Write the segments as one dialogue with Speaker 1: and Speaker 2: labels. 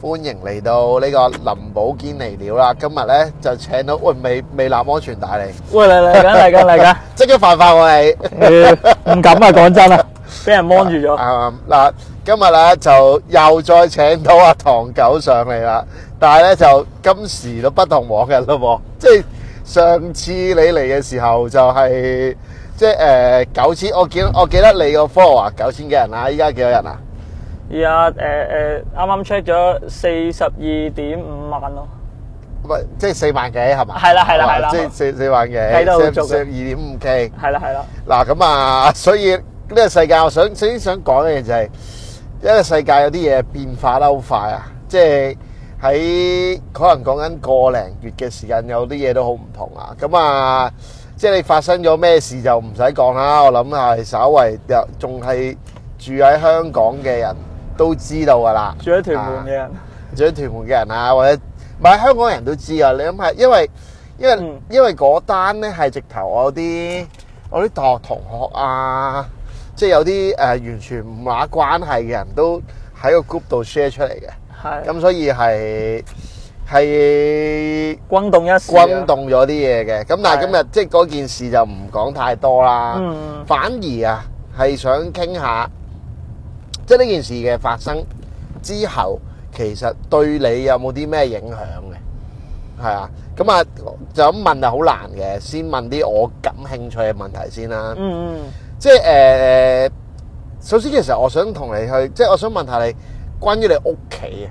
Speaker 1: 歡迎嚟到呢個林寶堅尼料啦！今日咧就請到喂未未立安全帶嚟，
Speaker 2: 喂，嚟嚟緊嚟緊嚟緊
Speaker 1: 即刻犯法我哋。
Speaker 2: 誒，唔敢啊！講真啊，俾人蒙住咗。
Speaker 1: 啱啊嗱，今日咧就又再請到阿唐狗上嚟啦，但係咧就今時都不同往日咯喎，即係上次你嚟嘅時候就係、即係誒、九千，我記我記得你個 follower 九千幾人啦，依家幾多人啊？
Speaker 2: 而家誒誒，啱啱 check 咗四十二點五萬咯。
Speaker 1: 喂，即係四萬幾係嘛？
Speaker 2: 係啦係啦係啦
Speaker 1: 即係四四萬幾，
Speaker 2: 喺度做緊
Speaker 1: 二點五 K。
Speaker 2: 係啦係啦，
Speaker 1: 嗱咁啊，所以呢個世界，我想先想講嘅嘢就係、因為世界有啲嘢變化得好快啊，即係喺可能講緊個零月嘅時間，有啲嘢都好唔同啊。咁啊，即係你發生咗咩事就唔使講啦。我諗係稍為又仲係住喺香港嘅人都知道噶啦，
Speaker 2: 住喺屯門嘅
Speaker 1: 啊
Speaker 2: 人。
Speaker 1: 住喺屯門嘅人啊，或者唔係香港人都知啊。你諗下，因為因為、
Speaker 2: 嗯
Speaker 1: 因為嗰單咧係直頭我啲我啲大學同學啊，即係有啲誒、呃完全唔揦關係嘅人都喺個 group 度 share 出嚟嘅，
Speaker 2: 係。
Speaker 1: 咁所以係係
Speaker 2: 轟動一時。
Speaker 1: 轟。動咗啲嘢嘅。咁但係今
Speaker 2: 啊係
Speaker 1: 日即係嗰件事就唔講太多啦。
Speaker 2: 嗯
Speaker 1: 反而啊，係想傾下，即係呢件事嘅發生之後，其實對你有冇啲咩影響嘅？係啊，咁啊就咁問就好難嘅，先問啲我感興趣嘅問題先啦。
Speaker 2: 嗯嗯。
Speaker 1: 即係誒、呃首先其實我想同你去，即係我想問下你關於你屋企啊。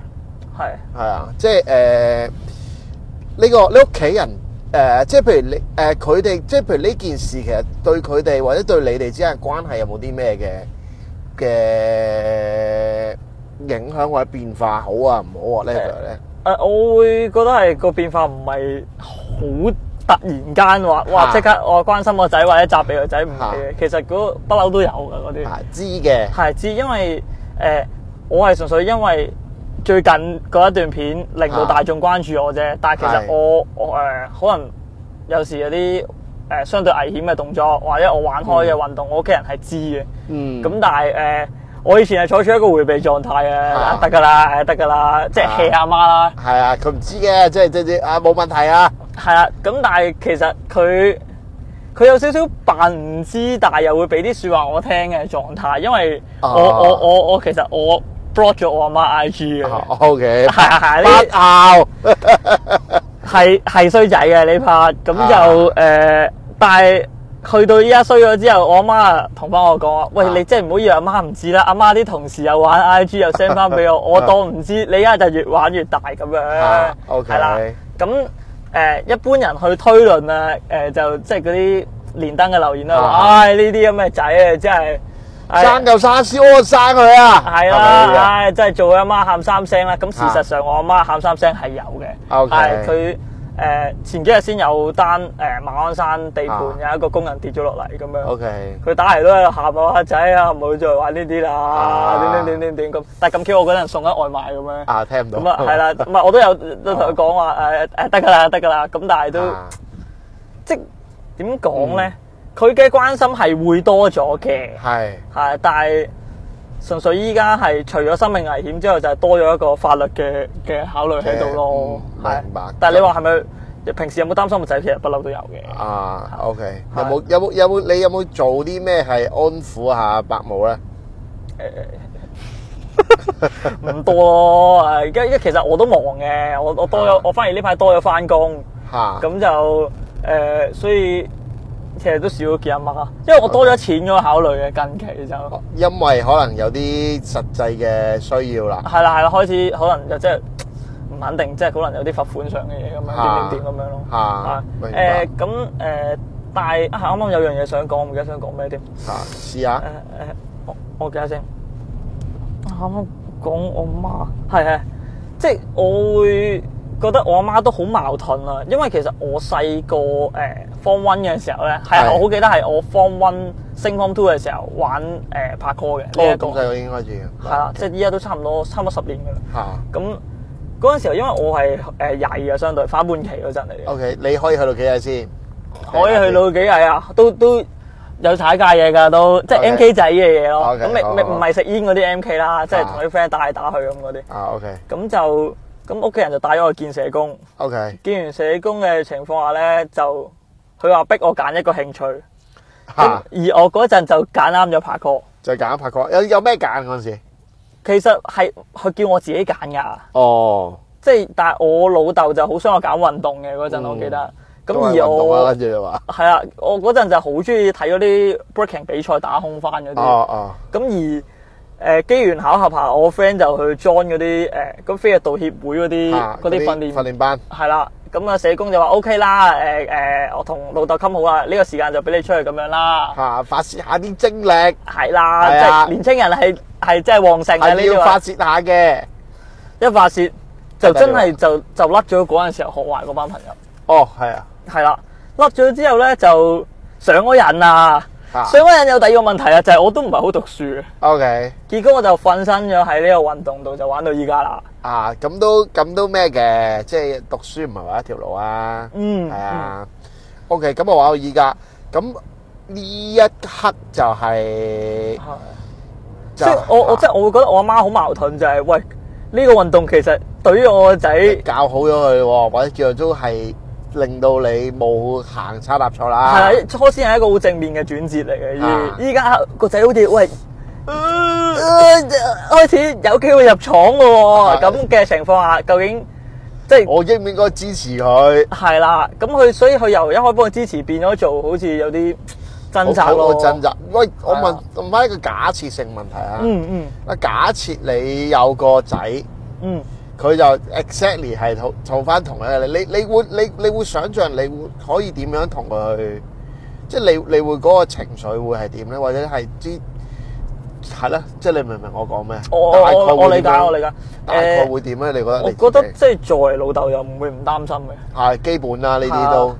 Speaker 2: 係。
Speaker 1: 係啊，即係誒呢個你屋企人誒、呃即係譬如你誒佢哋，即係譬如呢件事，其實對佢哋或者對你哋之間嘅關係有冇啲咩嘅嘅影響或者變化好啊唔好啊呢樣咧？
Speaker 2: 誒，我會覺得係個變化唔係好突然間話，
Speaker 1: 嚇
Speaker 2: 哇！即刻我關心個仔或者責備個仔唔
Speaker 1: 嚇
Speaker 2: 係嘅，其實嗰不嬲都有嘅嗰啲。
Speaker 1: 啊知嘅
Speaker 2: 係知，因為誒、呃我係純粹因為最近嗰一段片令到
Speaker 1: 啊
Speaker 2: 大眾關注我啫。但係其
Speaker 1: 係
Speaker 2: 實我我誒、呃可能有時有啲誒、呃相對危險嘅動作，或者我玩開嘅運動，我屋企人係知嘅。
Speaker 1: 嗯
Speaker 2: 咁、但係誒、呃我以前係採取一個迴避狀態
Speaker 1: 啊
Speaker 2: 嘅，得㗎啦，誒得㗎啦，即係
Speaker 1: 啊
Speaker 2: hea 阿媽啦。
Speaker 1: 係啊，佢唔知嘅，即係即係即係啊冇問題啊，
Speaker 2: 係啦，咁但係其實佢佢有少少扮唔知，但係又會俾啲説話我聽嘅狀態，因為我、
Speaker 1: 啊
Speaker 2: 我我我其實我 block 咗我阿媽 IG 嘅，
Speaker 1: 啊 OK，
Speaker 2: 係係嗯係呢
Speaker 1: 不拗
Speaker 2: 係係衰仔嘅呢 part，咁
Speaker 1: 啊
Speaker 2: 就誒、呃但係去到依家衰咗之後，我阿媽同翻我講話，喂
Speaker 1: 啊
Speaker 2: 你真係唔好以為阿媽唔知啦，阿媽啲同事又玩 IG 又 send 翻俾我，我當唔知，你依家就越玩越大咁樣
Speaker 1: 啊，OK
Speaker 2: 係啦。咁誒、呃一般人去推論啊，誒、就即係嗰啲連登嘅留言啦，
Speaker 1: 啊
Speaker 2: 話唉呢啲咁嘅仔啊，真係唉
Speaker 1: 生嚿生燒我生佢啊，係
Speaker 2: 係
Speaker 1: 咪呢啲
Speaker 2: 啦，
Speaker 1: 啊
Speaker 2: 唉，真係做阿媽喊三聲啦。咁事實上我阿媽喊三聲係有嘅，
Speaker 1: OK
Speaker 2: 係佢誒前幾日先有單誒馬鞍山地盤
Speaker 1: 啊
Speaker 2: 有一個工人跌咗落嚟咁樣，
Speaker 1: ，OK
Speaker 2: 佢打嚟都喺度喊我阿仔啊，唔好再玩呢啲
Speaker 1: 啊
Speaker 2: 啦，點點點點點咁。但係咁 Q 我嗰陣送緊外賣咁樣，
Speaker 1: 啊聽唔到，
Speaker 2: 咁啊 係啦，唔係我都有都同佢講話誒誒得㗎啦得㗎啦，咁但係都
Speaker 1: 啊
Speaker 2: 即點講咧？佢嘅關心係會多咗嘅。
Speaker 1: 係。
Speaker 2: 係，但係純粹依家係除咗生命危險之後，就係多咗一個法律嘅嘅考慮喺度咯。
Speaker 1: 嘅
Speaker 2: 係
Speaker 1: 嗯明白
Speaker 2: 但係你話係咪平時有冇擔心個仔？其實不嬲都有嘅。
Speaker 1: 啊，OK，有
Speaker 2: 係
Speaker 1: 冇有冇有冇你有冇做啲咩係安撫下伯母咧？
Speaker 2: 唔多咯，係因為因為其實我都忙嘅，我我多
Speaker 1: 啊
Speaker 2: 咗，我反而呢排多咗翻工，
Speaker 1: 嚇，
Speaker 2: 咁就誒，所以其實都少咗見阿媽，因為我多咗錢嗰個考慮嘅近期就。
Speaker 1: 因為可能有啲實際嘅需要啦，
Speaker 2: 係啦係啦，開始可能就即係唔肯定，即係可能有啲罰款上嘅嘢咁
Speaker 1: 啊
Speaker 2: 樣，點點點咁樣咯。
Speaker 1: 啊明白
Speaker 2: 誒咁誒，但係啊啱啱有樣嘢想講，我唔記得想講咩添。誒誒
Speaker 1: 嚇，試下，
Speaker 2: 我我記得先。啊啱啱講我媽係係，即係我會覺得我阿媽都好矛盾啊，因為其實我細個誒 form one 嘅時候咧，係
Speaker 1: 係
Speaker 2: 我好記得係我 form one 升 form two 嘅時候玩誒拍拖嘅呢一
Speaker 1: 哦，
Speaker 2: 個
Speaker 1: 咁細
Speaker 2: 係
Speaker 1: 個已經開始，
Speaker 2: 啦，即係依家都差唔多差唔多十年㗎啦。
Speaker 1: 嚇
Speaker 2: 咁嗰陣時候，因為我係呃誒曳啊嘅，相對
Speaker 1: 哦
Speaker 2: 反叛期嗰陣嚟嘅，
Speaker 1: ，OK，你可以去到幾日先？
Speaker 2: 可以去到幾曳啊？都都有踩界嘢㗎都，即係
Speaker 1: OK
Speaker 2: M K 仔嘅嘢咯。
Speaker 1: OK，
Speaker 2: 咁咪
Speaker 1: 好
Speaker 2: 咪
Speaker 1: 好
Speaker 2: 唔係食煙嗰啲 M K 啦，即係
Speaker 1: 啊
Speaker 2: 同啲 friend 打嚟打去咁嗰啲。
Speaker 1: 啊，OK
Speaker 2: 咁就咁屋企人就帶咗我去見社工。
Speaker 1: OK，
Speaker 2: 見完社工嘅情況下咧，就佢話逼我揀一個興趣，咁
Speaker 1: 嚇
Speaker 2: 而我嗰陣就揀啱咗拍歌。
Speaker 1: 就揀拍拖，有有咩揀嗰陣時？
Speaker 2: 其實係佢叫我自己揀㗎，
Speaker 1: 哦，
Speaker 2: 即係但係我老豆就好想我揀運動嘅嗰陣，我記得。咁
Speaker 1: 嗯都係
Speaker 2: 而
Speaker 1: 運動啊啦，
Speaker 2: 我
Speaker 1: 跟住就話，
Speaker 2: 係啦，我嗰陣就好中意睇嗰啲 breaking 比賽打空翻嗰啲。
Speaker 1: 哦
Speaker 2: 咁而誒、呃、機緣巧合下，我 friend 就去 join 嗰啲誒咁飛日道協會嗰
Speaker 1: 哦，
Speaker 2: 啲
Speaker 1: 嚇
Speaker 2: 嗰啲訓練
Speaker 1: 訓練班，
Speaker 2: 係啦，咁啊社工就話 O K 啦，誒、誒、我同老豆襟好啊啦，呢、個時間就俾你出去咁樣啦，
Speaker 1: 嚇發泄下啲精力，
Speaker 2: 係啦，
Speaker 1: 係
Speaker 2: 即
Speaker 1: 啊
Speaker 2: 係年青人係係真係旺盛啊嘅
Speaker 1: 係
Speaker 2: 呢啲
Speaker 1: 要發
Speaker 2: 話，
Speaker 1: 泄下嘅。
Speaker 2: 一發泄就真
Speaker 1: 不得了
Speaker 2: 係就就甩咗嗰陣時候學壞嗰班朋友，
Speaker 1: 哦，係啊，
Speaker 2: 係啦，甩咗之後咧就上咗癮啊啦，
Speaker 1: 嚇
Speaker 2: 上咗癮有第二個問題啊，就係、我都唔係好讀書嘅，
Speaker 1: ，OK
Speaker 2: 結果我就瞓身咗喺呢個運動度就玩到依家啦，
Speaker 1: 啊，咁都咁都咩嘅，即係讀書唔係話一條路啊。
Speaker 2: 嗯
Speaker 1: 係，啊。OK，咁我話我依家，咁呢一刻就係
Speaker 2: 嗯係
Speaker 1: 啊就啊
Speaker 2: 即係我我即係我會覺得我阿媽好矛盾，就係、喂呢、個運動其實對於我個仔係
Speaker 1: 教好咗佢喎，或者叫做都係令到你冇行差踏錯啦。
Speaker 2: 啊初先係一個好正面嘅轉折嚟
Speaker 1: 啊
Speaker 2: 嘅，依依家個仔好似喂。呃開始有機會入廠嘅
Speaker 1: 啊
Speaker 2: 喎，咁嘅情況下，究竟即係
Speaker 1: 我應唔應該支持佢？
Speaker 2: 係啦？咁佢所以佢由一開波嘅支持變咗做好似有啲掙扎
Speaker 1: 好好
Speaker 2: 咯。
Speaker 1: 過掙扎。喂，我
Speaker 2: 係
Speaker 1: 問
Speaker 2: 啊
Speaker 1: 我問一個假設性問題啊。
Speaker 2: 嗯嗯
Speaker 1: 嗱，假設你有個仔，
Speaker 2: 嗯，
Speaker 1: 佢就 exactly 係做做翻同樣嘅你，你你會你你會想象你會可以點樣同佢去，即係你你會嗰個情緒會係點咧，或者係知係啦，即係你明唔明我講咩？
Speaker 2: 我
Speaker 1: 大概
Speaker 2: 我我
Speaker 1: 會
Speaker 2: 我理
Speaker 1: 點
Speaker 2: 解
Speaker 1: 樣
Speaker 2: 我理解。
Speaker 1: 大概
Speaker 2: 誒，
Speaker 1: 會點咧？你覺得
Speaker 2: 我
Speaker 1: 你自己？
Speaker 2: 覺得即係作為老豆又唔會唔擔心嘅。
Speaker 1: 係基本啦，呢啲都
Speaker 2: 啊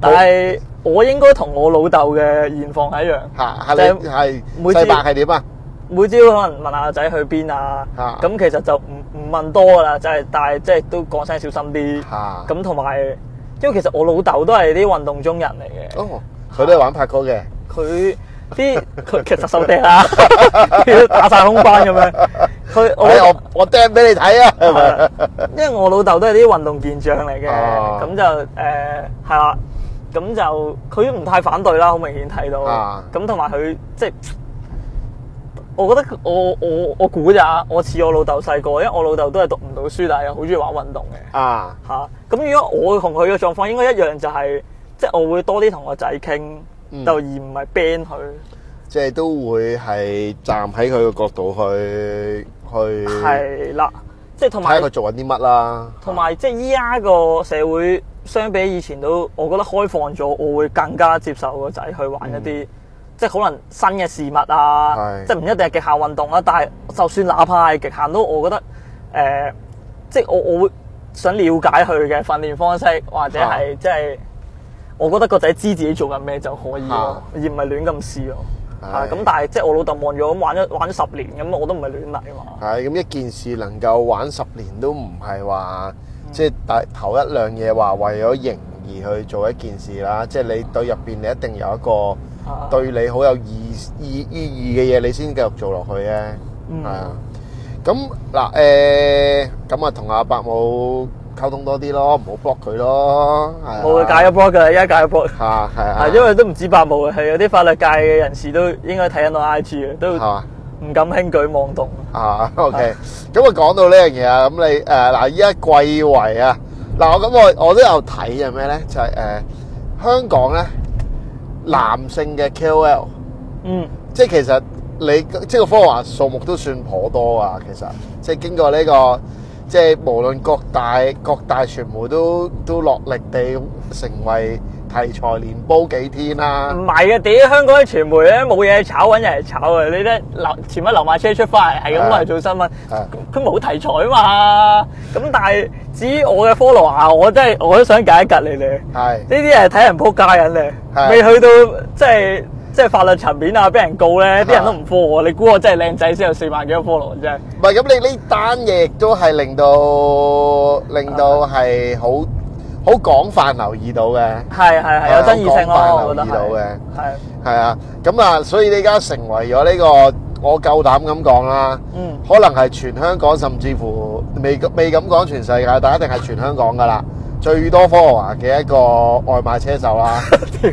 Speaker 2: 但係我應該同我老豆嘅現況係一樣，
Speaker 1: 嚇係你
Speaker 2: 就
Speaker 1: 係
Speaker 2: 每
Speaker 1: 細
Speaker 2: 次
Speaker 1: 伯係點啊？
Speaker 2: 每朝可能問下個仔去邊啊，
Speaker 1: 啊
Speaker 2: 咁其實就唔唔問多噶啦，就係但係即係都講聲小心啲，
Speaker 1: 嚇
Speaker 2: 咁同埋因為其實我老豆都係啲運動中人嚟嘅，
Speaker 1: 哦，佢都係玩拍拖嘅，
Speaker 2: 佢啲佢其實手嗲啦， 打晒空關咁樣，佢我
Speaker 1: 哎我我掟俾你睇啊！係咪
Speaker 2: 係因為我老豆都係啲運動健將嚟嘅，
Speaker 1: 哦
Speaker 2: 咁就誒係啦，咁就佢唔太反對啦，好明顯睇到
Speaker 1: 啊，
Speaker 2: 咁同埋佢即係。我覺得我我我估咋，我似我老豆細個，因為我老豆都係讀唔到書，但係又好中意玩運動嘅
Speaker 1: 啊
Speaker 2: 嚇。咁、如果我同佢嘅狀況應該一樣、就係即係我會多啲同我仔傾，
Speaker 1: 嗯
Speaker 2: 就而唔係 ban 佢。
Speaker 1: 即係都會係站喺佢嘅角度去去
Speaker 2: 係啦，即係同
Speaker 1: 睇
Speaker 2: 埋
Speaker 1: 下佢做緊啲乜啦。
Speaker 2: 同埋即係依家個社會相比以前都，我覺得開放咗，我會更加接受個仔去玩一啲、即係可能新嘅事物啊
Speaker 1: 嗯係，
Speaker 2: 即係唔一定係極限運動啊啦。但係就算哪怕係極限都，我覺得誒、呃即係我我會想了解佢嘅訓練方式，或者係即係我覺得個仔知自己做緊咩就可以
Speaker 1: 啊
Speaker 2: 咯，而唔係亂咁試咯。啊
Speaker 1: 係
Speaker 2: 咁但係即係我老豆望咗咁玩咗玩咗十年咁，我都唔係亂嚟嘛。
Speaker 1: 係咁一件事能夠玩十年都唔係話即係大頭一兩嘢話為咗型而去做一件事啦。即係你對入邊你一定有一個
Speaker 2: 啊
Speaker 1: 對你好有意意意義嘅嘢，你先繼續做落去嘅。
Speaker 2: 嗯
Speaker 1: 係啊。咁嗱誒，咁啊同阿伯母溝通多啲咯，唔好 block 佢咯。係啊
Speaker 2: 冇嘅解咗 block 㗎，而家解咗 block。
Speaker 1: 嚇係啊
Speaker 2: 啊，。因為都唔止百無嘅，係有啲法律界嘅人士都應該睇緊我 I G 嘅，都
Speaker 1: 係嘛？
Speaker 2: 唔敢輕舉妄動。
Speaker 1: 啊，OK，咁啊講到呢樣嘢啊，咁你誒嗱依家貴為啊，嗱我咁我我都有睇嘅咩咧，就係、誒、香港咧男性嘅 KOL，
Speaker 2: 嗯，
Speaker 1: 即係其實你即係個 follower 數目都算頗多啊，其實即係經過呢、個即係無論各大各大傳媒都都落力地成為題材連煲幾天啦、
Speaker 2: 唔係嘅，屌香港啲傳媒咧冇嘢炒，揾人嚟炒啊！你咧流前一流馬車出翻嚟，係咁嚟做新聞
Speaker 1: 係，
Speaker 2: 佢冇題材嘛。咁但係至於我嘅 follower，我真係我都想解一解你哋。呢
Speaker 1: 係
Speaker 2: 啲係睇人撲街人
Speaker 1: 係
Speaker 2: 嚟，未去到即係即係法律層面啊，俾人告咧，啲人都唔 follow 我。你估我真係靚仔先有四萬幾個 follow 真係？
Speaker 1: 唔係咁，你呢單嘢亦都係令到令到係好好廣泛留意到嘅，
Speaker 2: 係係
Speaker 1: 啊
Speaker 2: 係有爭議性咯，
Speaker 1: 有廣泛留意
Speaker 2: 我覺得
Speaker 1: 到嘅
Speaker 2: 係係
Speaker 1: 係啊。咁啊，所以你而家成為咗呢、個，我夠膽咁講啦，
Speaker 2: 嗯
Speaker 1: 可能係全香港，甚至乎未未咁講全世界，但一定係全香港噶啦，最多 follower 嘅一個外賣車手 啦。
Speaker 2: 屌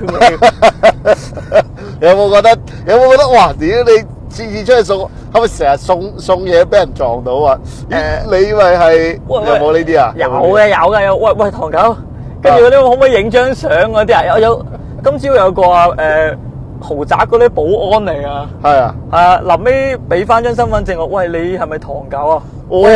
Speaker 2: 你
Speaker 1: 有冇覺得？有冇覺得？哇！屌你次次出去送，係咪成日送送嘢俾人撞到啊？咦
Speaker 2: 誒
Speaker 1: 你咪係
Speaker 2: 喂
Speaker 1: 有冇呢啲啊？
Speaker 2: 有
Speaker 1: 冇呢
Speaker 2: 嘅有嘅有喂喂唐狗，跟住嗰啲可唔可以影張相嗰啲啊？有有今朝有個啊誒豪宅嗰啲保安嚟啊，
Speaker 1: 啲，係啊！
Speaker 2: 啊臨尾俾翻張身份證我，喂你係咪唐狗啊？
Speaker 1: 哇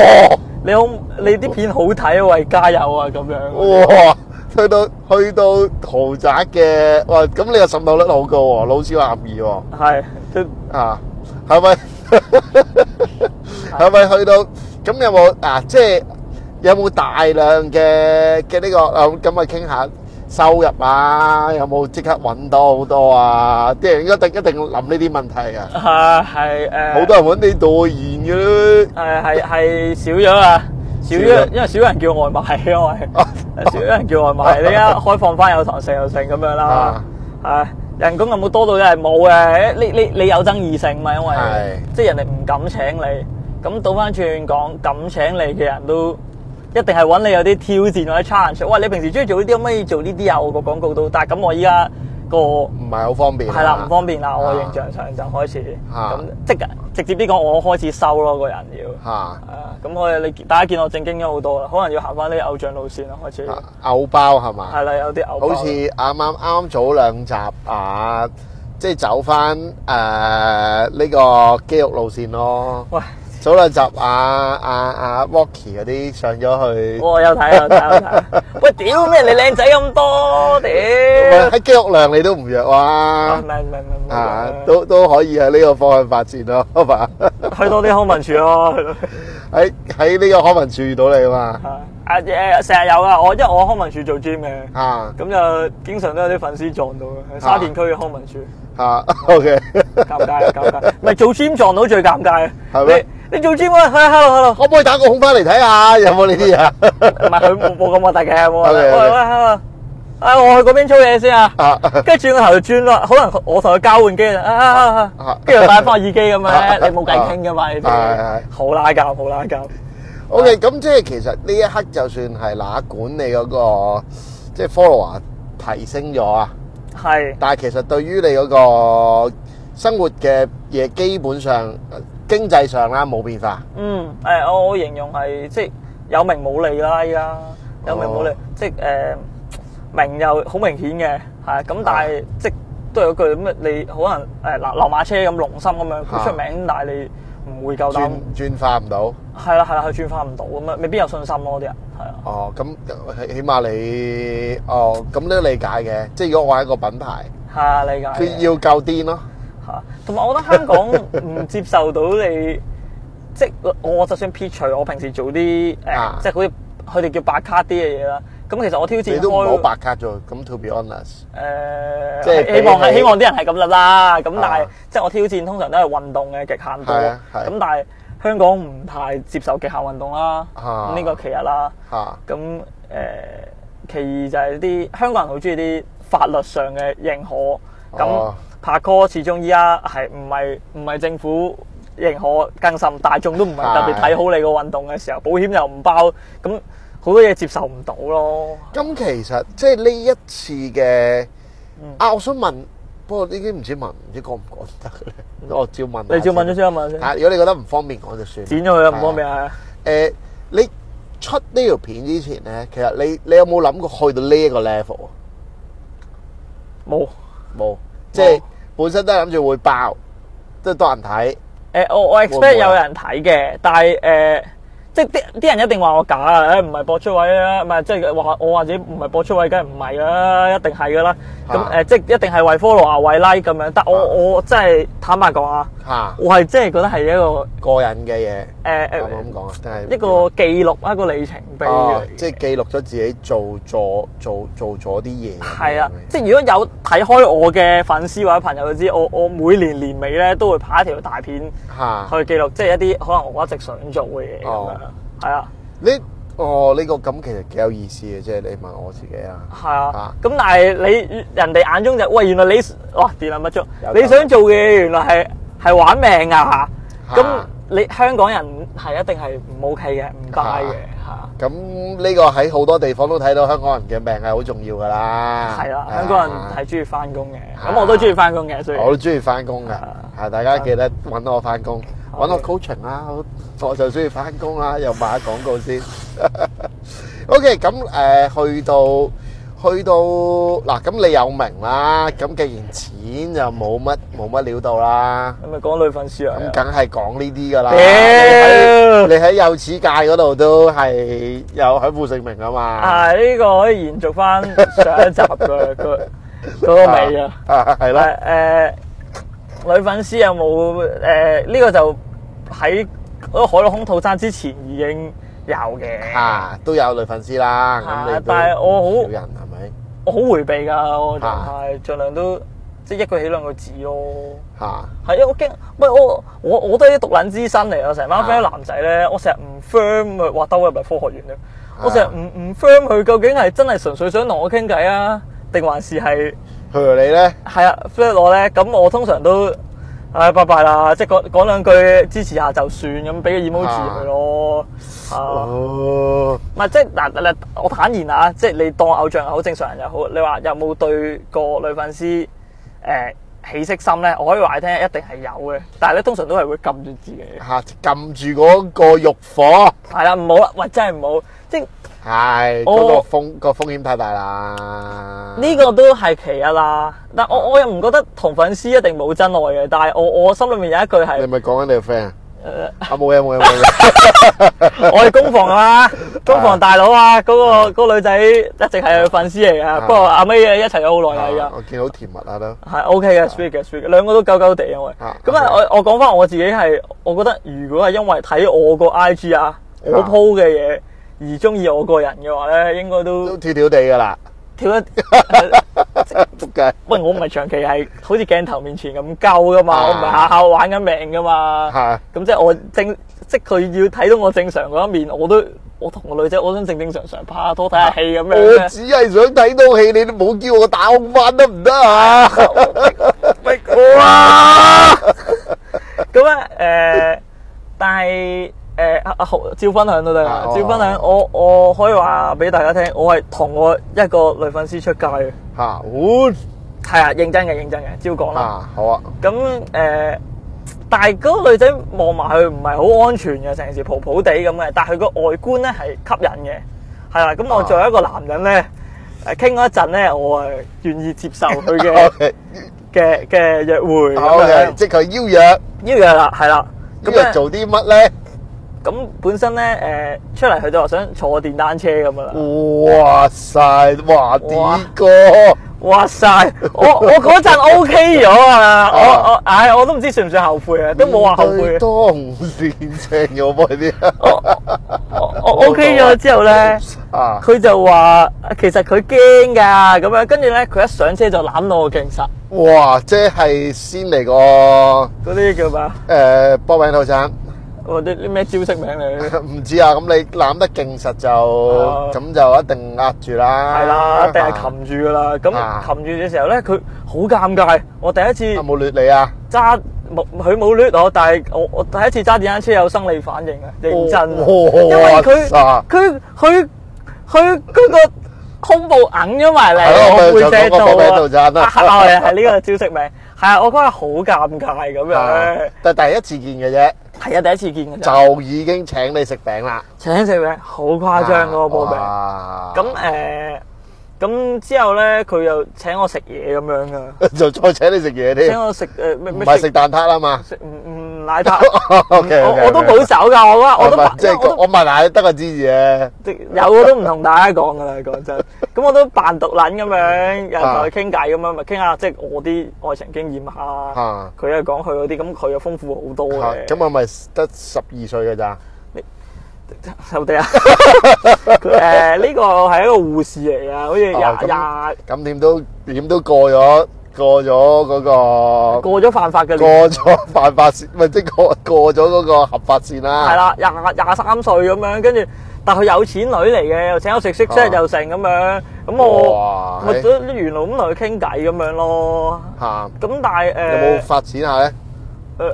Speaker 2: 你好你啲片好睇啊，喂加油啊咁樣。
Speaker 1: 哇！去到去到豪宅嘅，哇！咁你個滲透率好高喎，老少咸宜喎，
Speaker 2: 係，佢
Speaker 1: 啊，係咪？係咪去到咁有冇啊？即係有冇大量嘅嘅呢個啊？咁啊，傾下收入啊，有冇即刻揾到好多啊？啲人一定一定諗呢啲問題啊！
Speaker 2: 啊係誒
Speaker 1: 好多人揾你代言嘅啦，
Speaker 2: 誒係係少咗啊，少
Speaker 1: 少
Speaker 2: 咗，
Speaker 1: 咗
Speaker 2: 因為少人叫外賣，因為
Speaker 1: 啊
Speaker 2: 少咗人叫外 賣，你而家開放翻有堂食又成咁樣啦
Speaker 1: 啊，
Speaker 2: 係人工有冇多到真係冇嘅，你你你有爭議性嘛，因為
Speaker 1: 係
Speaker 2: 即係人哋唔敢請你，咁倒翻轉講敢請你嘅人都。一定係揾你有啲挑戰或者 challenge。喂，你平時中意做呢啲，可唔可以做呢啲啊？我個廣告都，但係咁我依家個
Speaker 1: 唔係好方便啊。
Speaker 2: 係啦，唔方便啦，我
Speaker 1: 啊
Speaker 2: 形象上就開始
Speaker 1: 啊
Speaker 2: 咁即係直接啲講，我開始收咯，個人要
Speaker 1: 嚇啊
Speaker 2: 啊，咁我哋你見大家見我正經咗好多啦，可能要行翻啲偶像路線啦，開始
Speaker 1: 牛包係嘛？
Speaker 2: 係啦，有啲偶包
Speaker 1: 好似啱啱啱早兩集啊，即係走翻誒呢個肌肉路線咯。
Speaker 2: 喂，
Speaker 1: 早兩集啊啊啊 Rocky 嗰啲上咗去，唔
Speaker 2: 我有睇有睇有睇，喂，屌咩你靚仔咁多，屌
Speaker 1: 係啊喺肌肉量你都唔弱
Speaker 2: 啊
Speaker 1: 啊
Speaker 2: 唔，係唔係唔
Speaker 1: 啊
Speaker 2: 係唔
Speaker 1: 都都可以喺呢個方向發展咯，係嘛？
Speaker 2: 係，去多啲康文署咯，去多啲
Speaker 1: 喺喺呢個康文署遇到你啊
Speaker 2: 啊啊誒成日有啊，我因為我康文署做 gym 嘅，
Speaker 1: 嘛，啊
Speaker 2: 咁就經常都有啲粉絲撞到嘅，沙田區嘅康文署。
Speaker 1: 啊 OK，
Speaker 2: 尷尬啊，尷尬！唔係做 gym 撞到最尷尬啊！
Speaker 1: 係咩
Speaker 2: 你你做 gym 啊係，hello
Speaker 1: 可唔可以打個孔翻嚟睇下有冇呢啲啊？
Speaker 2: hello，唔係佢冇冇咁核突嘅，冇核突。
Speaker 1: OK，OK
Speaker 2: 喂喂，hello，啊我去嗰邊操嘢先啊！
Speaker 1: 啊
Speaker 2: 跟住轉個頭就轉啦，可能我同佢交換機啊啊啊，啊
Speaker 1: 啊
Speaker 2: 跟住戴翻耳機咁樣
Speaker 1: 啊
Speaker 2: 咧，你冇偈傾噶嘛？呢
Speaker 1: 係
Speaker 2: 啲
Speaker 1: 係
Speaker 2: 好拉教，好拉教。
Speaker 1: OK，咁即係其實呢一刻就算係嗱管你嗰、個即係 follower 提升咗啊，
Speaker 2: 係
Speaker 1: 但係其實對於你嗰個生活嘅嘢，基本上經濟上啦冇變化。
Speaker 2: 嗯誒，我我形容係即係有名冇利啦，依家有名冇利
Speaker 1: 哦，
Speaker 2: 即係誒名又好明顯嘅係咁，但係即係都有句咩？你可能誒嗱流馬車咁龍心咁樣佢
Speaker 1: 啊
Speaker 2: 出名，但係你唔會夠膽
Speaker 1: 轉轉化唔到。
Speaker 2: 係啦係啦，佢轉化唔到咁樣，啊未必有信心咯啲人係啊
Speaker 1: 哦，咁起起碼你哦咁都理解嘅，即係如果我係一個品牌，
Speaker 2: 係啊理解
Speaker 1: 佢
Speaker 2: 嘅
Speaker 1: 要夠癲咯。
Speaker 2: 嚇，同埋我覺得 香港唔接受到你即係我就算撇除我平時做啲
Speaker 1: 啊
Speaker 2: 誒即係好似佢哋叫白卡啲嘅嘢啦，咁其實我挑戰
Speaker 1: 你都唔好
Speaker 2: 開。
Speaker 1: 白卡咗。咁 to be honest，
Speaker 2: 誒，
Speaker 1: 即係
Speaker 2: 希希望係
Speaker 1: 比起
Speaker 2: 希望啲人係咁啦啦，咁但係
Speaker 1: 啊
Speaker 2: 即係我挑戰通常都係運動嘅極限度，
Speaker 1: 係啊係
Speaker 2: 咁但係香港唔太接受極限運動啦，
Speaker 1: 啊
Speaker 2: 咁呢個其一啦，
Speaker 1: 嚇
Speaker 2: 咁誒其二就係啲香港人好中意啲法律上嘅認可，咁
Speaker 1: 哦
Speaker 2: 拍拖始終依家係唔係唔係政府認可，更甚大眾都唔係特別睇好你個運動嘅時候，保險又唔包，咁好多嘢接受唔到咯。
Speaker 1: 咁其實即係呢一次嘅啊，我想問，不過呢啲唔知問唔知講唔講得嘅咧，我照問下。
Speaker 2: 你照問咗先啊，問先。
Speaker 1: 啊，如果你覺得唔方便講就算。
Speaker 2: 剪咗佢啦，唔方便啊！
Speaker 1: 誒，你出呢條片之前咧，其實你你有冇諗過去到呢一個 level 啊？
Speaker 2: 冇
Speaker 1: 冇，即係本身都係諗住會爆，都多人睇。
Speaker 2: 誒，呃我我
Speaker 1: 會唔會
Speaker 2: expect
Speaker 1: 啊
Speaker 2: 有人睇嘅，但係誒，即係啲啲人一定話我假啊！誒，唔係博出位啊，唔係即係話我話自己唔係博出位，梗係唔係啦，一定係噶啦。咁
Speaker 1: 啊
Speaker 2: 誒，即係一定係為 follow 啊，為 like 咁樣。但我
Speaker 1: 啊
Speaker 2: 我真係坦白講啊，
Speaker 1: 嚇
Speaker 2: 我係真係覺得係一個
Speaker 1: 過癮嘅嘢，
Speaker 2: 誒
Speaker 1: 我咁
Speaker 2: 誒
Speaker 1: 講啊，真係
Speaker 2: 一個記錄一個里程碑
Speaker 1: 哦
Speaker 2: 嚟嘅
Speaker 1: 即係記錄咗自己做咗做做咗啲嘢。
Speaker 2: 係
Speaker 1: 嗯
Speaker 2: 啊，即係如果有睇開我嘅粉絲或者朋友就知，我我每年年尾咧都會拍一條大片。
Speaker 1: 嚇
Speaker 2: 去記錄，即係一啲可能我一直想做嘅嘢咁樣
Speaker 1: 啊哦。
Speaker 2: 係啊，
Speaker 1: 你哦，呢、個咁其實幾有意思嘅，即係你問我自己啊。
Speaker 2: 係啊
Speaker 1: 啊，
Speaker 2: 咁但係你人哋眼中就喂，原來你哇電能不足
Speaker 1: 有，
Speaker 2: 你
Speaker 1: 救
Speaker 2: 想做嘅嘢原來係係玩命啊嚇！咁
Speaker 1: 嚇
Speaker 2: 你香港人係一定係唔 OK 嘅，唔 buy 嘅係啊。
Speaker 1: 咁呢個喺好多地方都睇到香港人嘅命係好重要㗎啦。
Speaker 2: 係啦，
Speaker 1: 啊
Speaker 2: 香港人係中意翻工嘅，
Speaker 1: 啊
Speaker 2: 咁我都中意翻工嘅，所以
Speaker 1: 我都中意翻工㗎，
Speaker 2: 啊
Speaker 1: 係大家記得揾我翻工，揾
Speaker 2: 好嘅
Speaker 1: 我 coaching 啦，我我就中意翻工啦，又賣下廣告先。OK，咁誒、呃去到去到嗱，咁你有名啦，咁既然錢就冇乜冇乜料到啦。
Speaker 2: 咁咪講女粉絲啊，
Speaker 1: 咁梗係講呢啲噶啦，
Speaker 2: 屌
Speaker 1: 你喺你喺幼齒界嗰度都係有享負盛名啊嘛，
Speaker 2: 啊呢個可以延續翻上一集嘅個嗰個尾啊。
Speaker 1: 啊係啦，
Speaker 2: 誒誒，女粉絲有冇誒呢個就喺嗰個海陸空套餐之前已經有嘅。
Speaker 1: 啊都有女粉絲啦，
Speaker 2: 啊
Speaker 1: 咁你都
Speaker 2: 但係我好
Speaker 1: 少人係咪？
Speaker 2: 我好迴避㗎，我就
Speaker 1: 啊
Speaker 2: 係盡量都即係一句起兩個字咯。
Speaker 1: 嚇
Speaker 2: 係啊，我驚，喂我我我都係啲獨撚之身嚟啊！成班
Speaker 1: 啊
Speaker 2: friend 男仔咧，我成日唔 firm 佢，哇兜入嚟科學園啦！啊我成日唔唔 firm 佢，究竟係真係純粹想同我傾偈啊，定還是係
Speaker 1: 譬如你咧。
Speaker 2: 係啊 flirt 我咧？咁我通常都唉拜拜啦，即係講講兩句支持下就算咁，俾個 emoji
Speaker 1: 啊
Speaker 2: 佢咯。啊，
Speaker 1: 哦，
Speaker 2: 唔係即係嗱嗱，我坦言啊，即係你當偶像又好，正常人又好，你話有冇對個女粉絲誒、呃起色心咧？我可以話你聽，一定係有嘅，但係咧通常都係會撳住自己嘅。
Speaker 1: 吓撳住嗰個欲火，
Speaker 2: 係啦，唔好啦，喂，真係唔好，即係
Speaker 1: 係
Speaker 2: 我
Speaker 1: 嗰個風個風險太大啦。
Speaker 2: 呢個都係其一啦。但我我又唔覺得同粉絲一定冇真愛嘅，但係我我心裏面有一句
Speaker 1: 你
Speaker 2: 係
Speaker 1: 咪講緊你個 friend 啊？啊冇嘢冇嘢冇嘢，
Speaker 2: 我係攻防啊 嘛，攻防大佬啊，嗰、個嗰個女仔一直係佢粉絲嚟㗎，不過阿尾一齊咗好耐啦而家
Speaker 1: 啊。我見到甜蜜啊都
Speaker 2: 係 OK 嘅，sweet 嘅，sweet 嘅，兩個都鳩鳩地，因為
Speaker 1: 啊
Speaker 2: 咁啊，我我講翻我自己係，我覺得如果係因為睇我個 IG 啊，我 po 嘅嘢而中意我個人嘅話咧，應該
Speaker 1: 都
Speaker 2: 都
Speaker 1: 跳跳地㗎 啦，
Speaker 2: 跳 一，
Speaker 1: 仆街
Speaker 2: 喂，我唔係長期係好似鏡頭面前咁鳩噶嘛，
Speaker 1: 啊
Speaker 2: 我唔係下下玩緊命噶嘛，
Speaker 1: 嚇
Speaker 2: 咁即係我正，即係佢要睇到我正常嗰一面，我都我同個女仔，我想正正常常拍下拖睇下戲咁樣
Speaker 1: 我
Speaker 2: 咧。
Speaker 1: 只係想睇到戲，你都冇叫我打空翻得唔得啊？
Speaker 2: 哇！咁咧，誒、但係誒啊啊好，照分享都得啦
Speaker 1: 啊，
Speaker 2: 照
Speaker 1: 好
Speaker 2: 分
Speaker 1: 好
Speaker 2: 享。我我可以話俾大家聽，我係同我一個女粉絲出街嘅，
Speaker 1: 嚇，哦
Speaker 2: 係啊，認真嘅，認真嘅，照講啦。
Speaker 1: 啊好啊，
Speaker 2: 咁誒、但係嗰個女仔望埋去唔係好安全嘅，成時蒲蒲地咁嘅，但係佢個外觀咧係吸引嘅，係啦。咁我
Speaker 1: 啊
Speaker 2: 作為一個男人咧，誒傾咗一陣咧，我係願意接受佢 嘅
Speaker 1: OK
Speaker 2: 嘅嘅約會咁
Speaker 1: OK，
Speaker 2: 樣。
Speaker 1: 即係佢邀約，
Speaker 2: 呢樣啦，係啦。
Speaker 1: 咁
Speaker 2: 咧
Speaker 1: 又做啲乜咧？
Speaker 2: 咁本身咧誒、出嚟佢就話想坐電單車咁樣
Speaker 1: 嗯
Speaker 2: 啦。
Speaker 1: 哇塞，哇
Speaker 2: 哇
Speaker 1: 啲哥！
Speaker 2: 哇塞！我我嗰陣 OK 咗啊！我
Speaker 1: 啊嗯
Speaker 2: 我唉、我都唔知算唔算後悔啊，都冇話後悔。
Speaker 1: 當善正嘅喎呢
Speaker 2: 我我我 OK 咗之後咧，
Speaker 1: 啲啊
Speaker 2: 佢就話其實佢驚㗎咁樣，跟住咧佢一上車就攬到我勁實，
Speaker 1: 哇！即係先嚟個
Speaker 2: 嗰啲叫咩啊？
Speaker 1: 誒波餅套餐，
Speaker 2: 我啲啲咩招式名 嚟？
Speaker 1: 唔知啊。咁你攬得勁實就
Speaker 2: 啊
Speaker 1: 咁就一定壓住啦。
Speaker 2: 係啦，一定係
Speaker 1: 啊
Speaker 2: 擒住㗎啦。咁
Speaker 1: 啊
Speaker 2: 擒住嘅時候咧，佢好尷尬。我第一次。
Speaker 1: 有冇掠你啊？
Speaker 2: 揸冇佢冇掠我，但係我我第一次揸電單車有生理反應啊，認真啊，
Speaker 1: 哦
Speaker 2: 因為佢
Speaker 1: 哇
Speaker 2: 佢佢佢佢個胸部硬咗埋嚟，
Speaker 1: 係咯
Speaker 2: 我
Speaker 1: 我
Speaker 2: 背
Speaker 1: 就
Speaker 2: 脊
Speaker 1: 講個波比度
Speaker 2: 度啊
Speaker 1: 揸，得
Speaker 2: 啊係係呢個招式名，係啊，我覺得好尷尬咁樣，
Speaker 1: 但係第一次見嘅
Speaker 2: 係啊，第一次見嘅咋，
Speaker 1: 啫，就已經請你食餅啦。
Speaker 2: 請食名好誇張嗰個波餅。
Speaker 1: 啊
Speaker 2: 咁誒咁之後咧，佢又請我食嘢咁樣噶，
Speaker 1: 哇 就再請你食嘢
Speaker 2: 請
Speaker 1: 添，
Speaker 2: 我食誒咩
Speaker 1: 唔
Speaker 2: 咩
Speaker 1: 係食蛋撻啊嘛。
Speaker 2: 食唔唔奶撻。
Speaker 1: OK，Ờ,
Speaker 2: 我我都冇走㗎，我嗰
Speaker 1: 我
Speaker 2: 我都
Speaker 1: 唔即係
Speaker 2: 因為我
Speaker 1: 我問下你得個知字嘅。
Speaker 2: 都有我都唔同大家講㗎啦，講真。咁我都扮獨撚咁樣，又同佢傾偈咁樣，咪傾下即係我啲愛情經驗啊
Speaker 1: 啊。
Speaker 2: 佢又講佢嗰啲，咁佢又豐富好多
Speaker 1: 嚇
Speaker 2: 嘅。
Speaker 1: 咁我咪得十二歲嘅咋？
Speaker 2: 後 地啊，誒呢個係一個護士嚟㗎，好似
Speaker 1: 哦
Speaker 2: 廿
Speaker 1: 咁
Speaker 2: 廿
Speaker 1: 咁點都點都過咗過咗嗰、個
Speaker 2: 過咗犯法嘅年，
Speaker 1: 過 咗犯法線，咪即係過過咗嗰個合法線啦。
Speaker 2: 係啦，廿廿三歲咁樣，跟住但佢有錢女嚟嘅，又請我食息啫，
Speaker 1: 啊
Speaker 2: 又成咁樣。咁我
Speaker 1: 哇
Speaker 2: 咪
Speaker 1: 係
Speaker 2: 都原來咁同佢傾偈咁樣咯。
Speaker 1: 嚇，
Speaker 2: 咁但係誒。
Speaker 1: 有冇發展下咧？
Speaker 2: 誒誒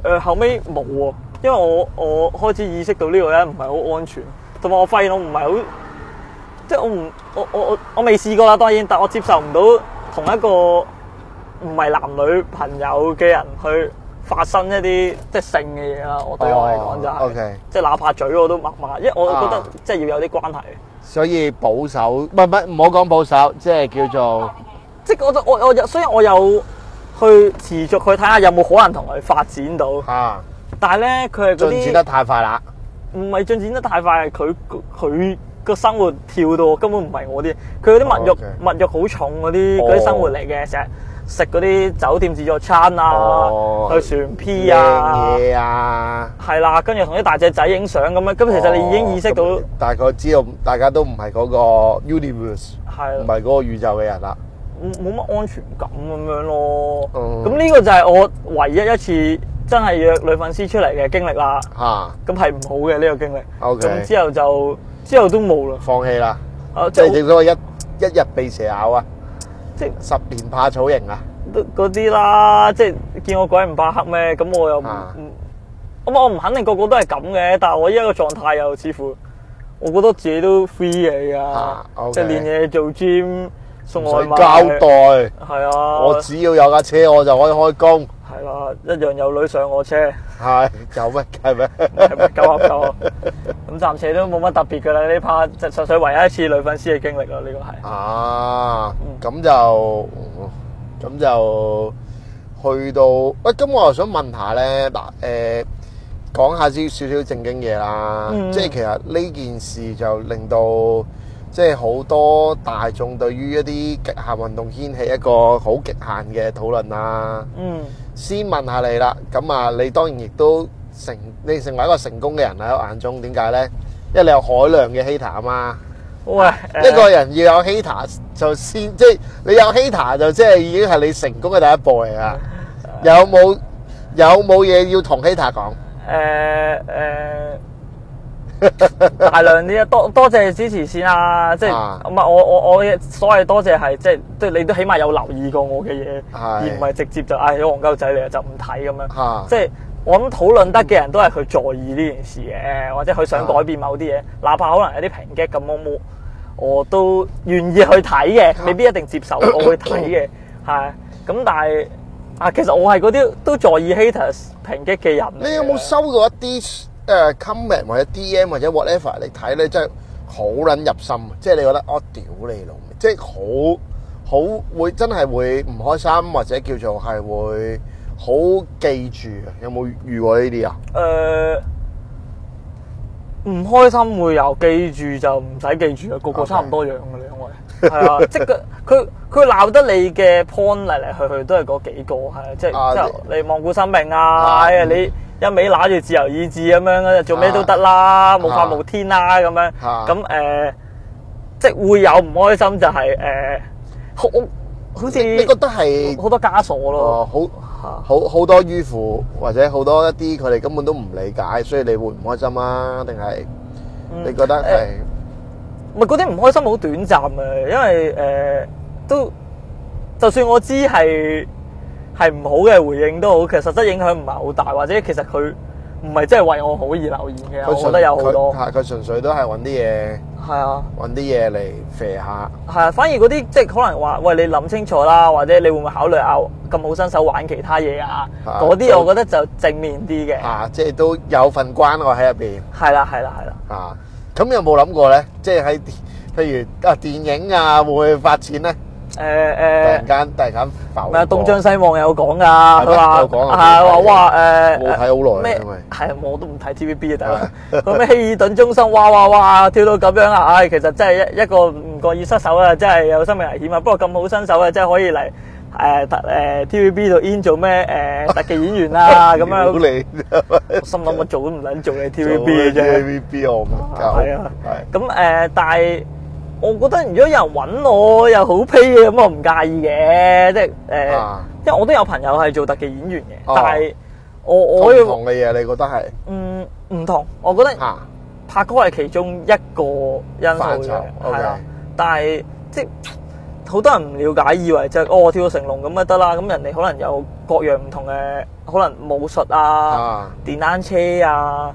Speaker 2: 呃後尾冇喎，因為我我開始意識到呢個咧唔係好安全，同埋我發現我唔係好，即係我唔我我我我未試過啦，當然，但我接受唔到同一個唔係男女朋友嘅人去發生一啲即係性嘅嘢啦。我對我嚟講就係、
Speaker 1: 哦，OK
Speaker 2: 即係哪怕嘴我都默默，因為我覺得、
Speaker 1: 啊
Speaker 2: 即係要有啲關係。
Speaker 1: 所以保守，唔係唔係，唔好講保守，即係叫做
Speaker 2: 即係我就我我有，所以我有去持續去睇下有冇可能同佢發展到，
Speaker 1: 嚇
Speaker 2: 但係咧佢係嗰
Speaker 1: 進
Speaker 2: 啲
Speaker 1: 展得太快啦。
Speaker 2: 唔係進展得太快，係佢佢個生活跳到根本唔係我啲，佢嗰啲物欲
Speaker 1: 哦
Speaker 2: 物欲好重嗰啲
Speaker 1: 哦
Speaker 2: 嗰啲生活嚟嘅，成日食嗰啲酒店自助餐啊
Speaker 1: 哦，
Speaker 2: 去船 P 啊
Speaker 1: 靚，嘢啊！
Speaker 2: 係啦，跟住同啲大隻仔影相咁樣，咁其實你已經意識到
Speaker 1: 哦咁大概知道大家都唔係嗰個 universe，
Speaker 2: 係
Speaker 1: 唔
Speaker 2: 啦
Speaker 1: 係嗰個宇宙嘅人啦。
Speaker 2: 冇冇乜安全感咁樣咯。
Speaker 1: 嗯
Speaker 2: 咁呢個就係我唯一一次真係約女粉絲出嚟嘅經歷啦。
Speaker 1: 嚇，
Speaker 2: 咁係唔好嘅呢個經歷。
Speaker 1: OK
Speaker 2: 咁之後就之後都冇啦。
Speaker 1: 放棄啦，
Speaker 2: 啊，
Speaker 1: 即
Speaker 2: 即
Speaker 1: 係
Speaker 2: 係
Speaker 1: 正所謂一一日被蛇咬啊，
Speaker 2: 即係
Speaker 1: 十年怕草刑啊。
Speaker 2: 都嗰啲啦，即係見我鬼唔怕黑咩？咁我又唔
Speaker 1: 啊
Speaker 2: 唔，咁我唔肯定個個都係咁嘅，但係我依家個狀態又似乎，我覺得自己都 free 嚟
Speaker 1: 啊
Speaker 2: 噶，
Speaker 1: ，OK
Speaker 2: 即係練嘢做 gym 送外
Speaker 1: 唔使
Speaker 2: 賣，
Speaker 1: 交代，
Speaker 2: 係啊，
Speaker 1: 我只要有架車我就可以開工。
Speaker 2: 係啦，一樣有女上我車，
Speaker 1: 係有咩係咩？
Speaker 2: 係咪夠合夠？咁暫時都冇乜特別噶啦，呢 part 就純粹唯一一次女粉絲嘅經歷啦，呢個係。
Speaker 1: 啊，咁就咁就去到喂，咁我又想問下咧，嗱誒，講下少少少正經嘢啦，
Speaker 2: 嗯
Speaker 1: 即係其實呢件事就令到即係好多大眾對於一啲極限運動掀起一個好極限嘅討論啦。
Speaker 2: 嗯，
Speaker 1: 先問下你啦，咁啊，你當然亦都成你成為一個成功嘅人喺我眼中，點解咧？因為你有海量嘅 hater 啊嘛。
Speaker 2: 喂，
Speaker 1: 一個人要有 hater 就先，即係你有 hater 就即係已經係你成功嘅第一步嚟啦。有冇有冇嘢要同 hater 講？
Speaker 2: 誒 誒呃大量啲啊，多多謝支持先啦，即係
Speaker 1: 啊
Speaker 2: 唔係我我我嘅所謂多謝係即係即係你都起碼有留意過我嘅嘢，而唔係直接就唉有戇鳩仔嚟就唔睇咁樣，
Speaker 1: 嚇
Speaker 2: 即係。我諗討論得嘅人都係佢在意呢件事嘅，或者佢想改變某啲嘢，哪怕可能有啲抨擊咁，我冇我都願意去睇嘅，未必一定 接受，我會睇嘅，係咁但係啊，其實我係嗰啲都在意 haters 抨擊嘅人嚟嘅。
Speaker 1: 你有冇收過一啲誒 comment 或者 DM 或者 whatever 你睇咧，真係好撚入心，啊即係你覺得我屌你老味，即係好好會真係會唔開心或者叫做係會好記住嘅，有冇遇過呢啲啊？
Speaker 2: 誒、呃唔開心會有，記住就唔使記住啊啦，個個
Speaker 1: OK
Speaker 2: 差唔多樣嘅兩位，係啊，即係佢佢佢鬧得你嘅 point 嚟嚟去去都係嗰幾個，係啊即係
Speaker 1: 啊
Speaker 2: 即係你罔顧生命啊，
Speaker 1: 啊
Speaker 2: 哎呀
Speaker 1: 嗯
Speaker 2: 你一味揦住自由意志咁樣，做咩都得啦，無法無天啦咁樣，
Speaker 1: 啊
Speaker 2: 咁誒、呃即係會有唔開心就係、誒、呃好好似
Speaker 1: 你你覺得係
Speaker 2: 好多枷鎖咯。
Speaker 1: 哦，好好好多迂腐，或者好多一啲佢哋根本都唔理解，所以你會唔開心啊？定係
Speaker 2: 嗯
Speaker 1: 你覺得係
Speaker 2: 唔係嗰啲唔開心好短暫嘅，因為誒、呃都就算我知係係唔好嘅回應都好，其實實質影響唔係好大，或者其實佢唔係真係為我好而留言嘅，我
Speaker 1: 佢
Speaker 2: 覺
Speaker 1: 純
Speaker 2: 得有好多
Speaker 1: 佢係佢純粹都係揾啲嘢
Speaker 2: 係啊。
Speaker 1: 揾啲嘢嚟肥下。
Speaker 2: 係啊，反而嗰啲即係可能話，喂，你諗清楚啦，或者你會唔會考慮啊咁好新手玩其他嘢啊？
Speaker 1: 啊
Speaker 2: 嗰啲
Speaker 1: 都
Speaker 2: 我覺得就正面啲嘅，
Speaker 1: 啊，即係都有份關愛喺入邊
Speaker 2: 係啦，係啦，係啦。
Speaker 1: 啊。咁有冇諗過咧？即係喺譬如啊電影啊，會唔會發展咧？
Speaker 2: 誒、
Speaker 1: 突
Speaker 2: 誒
Speaker 1: 然，間突然間浮
Speaker 2: 唔係啊，東
Speaker 1: 過
Speaker 2: 張西望有講㗎，佢話
Speaker 1: 有講啊
Speaker 2: 係
Speaker 1: 冇
Speaker 2: 話
Speaker 1: 睇
Speaker 2: 哇誒，
Speaker 1: 冇睇好耐啊
Speaker 2: 咩
Speaker 1: 因為
Speaker 2: 係啊我都唔睇 TVB 啊，大 佬佢咩希爾頓中心哇哇哇跳到咁樣啊！唉，其實真係一一個唔覺意失手啊，真係有生命危險啊！不過咁好新手啊，真係可以嚟誒特誒 TVB 度 in 做咩誒特技演 員啊咁
Speaker 1: 屌
Speaker 2: 樣，
Speaker 1: 你
Speaker 2: 我心諗我做都唔撚做你 TVB 嘅啫。
Speaker 1: TVB 我唔夠
Speaker 2: 係啊
Speaker 1: 係
Speaker 2: 咁誒、呃但係我覺得如果有人揾我又好 pay 嘅，咁我唔介意嘅，即係誒，呃
Speaker 1: 啊
Speaker 2: 因為我都有朋友係做特技演員嘅，
Speaker 1: 哦
Speaker 2: 但係我我
Speaker 1: 同唔
Speaker 2: 要
Speaker 1: 同嘅嘢，你覺得係
Speaker 2: 嗯唔同，我覺得
Speaker 1: 嚇
Speaker 2: 拍歌係其中一個因
Speaker 1: 範
Speaker 2: 素
Speaker 1: 疇
Speaker 2: 嘅，係啦
Speaker 1: OK。
Speaker 2: 但係即係好多人唔了解，以為就係哦我跳到成龍咁就得啦。咁人哋可能有各樣唔同嘅，可能武術啊、
Speaker 1: 啊
Speaker 2: 電單車啊，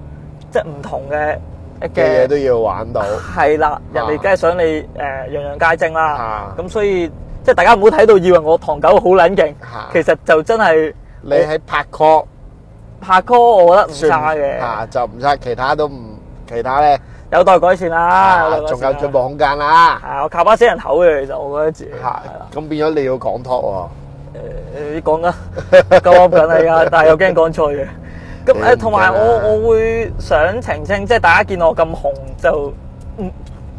Speaker 2: 即係唔同嘅
Speaker 1: 嘅嘢
Speaker 2: 嘅
Speaker 1: 都要玩到，
Speaker 2: 係啦。人哋梗係想你誒樣樣皆精啦
Speaker 1: 啊。
Speaker 2: 咁所以即係大家唔好睇到以為我唐狗好撚勁
Speaker 1: 啊，
Speaker 2: 其實就真係
Speaker 1: 你喺拍 call
Speaker 2: 拍歌，我覺得唔
Speaker 1: 算
Speaker 2: 差嘅。
Speaker 1: 啊就唔差，其他都唔其他咧
Speaker 2: 有待改善啦，
Speaker 1: 啊
Speaker 2: 待改
Speaker 1: 仲
Speaker 2: 善啦
Speaker 1: 有進步空間啦
Speaker 2: 係我靠把死人口嘅，其實我覺得自己係
Speaker 1: 嚇
Speaker 2: 啦，。
Speaker 1: 咁變咗你要講 talk
Speaker 2: 誒講 緊鳩噏緊啦，而 家，但係又驚講錯嘅。咁
Speaker 1: 你唔
Speaker 2: 誒，同埋
Speaker 1: 驚啊
Speaker 2: 我我會想澄清，即係大家見我咁紅就唔，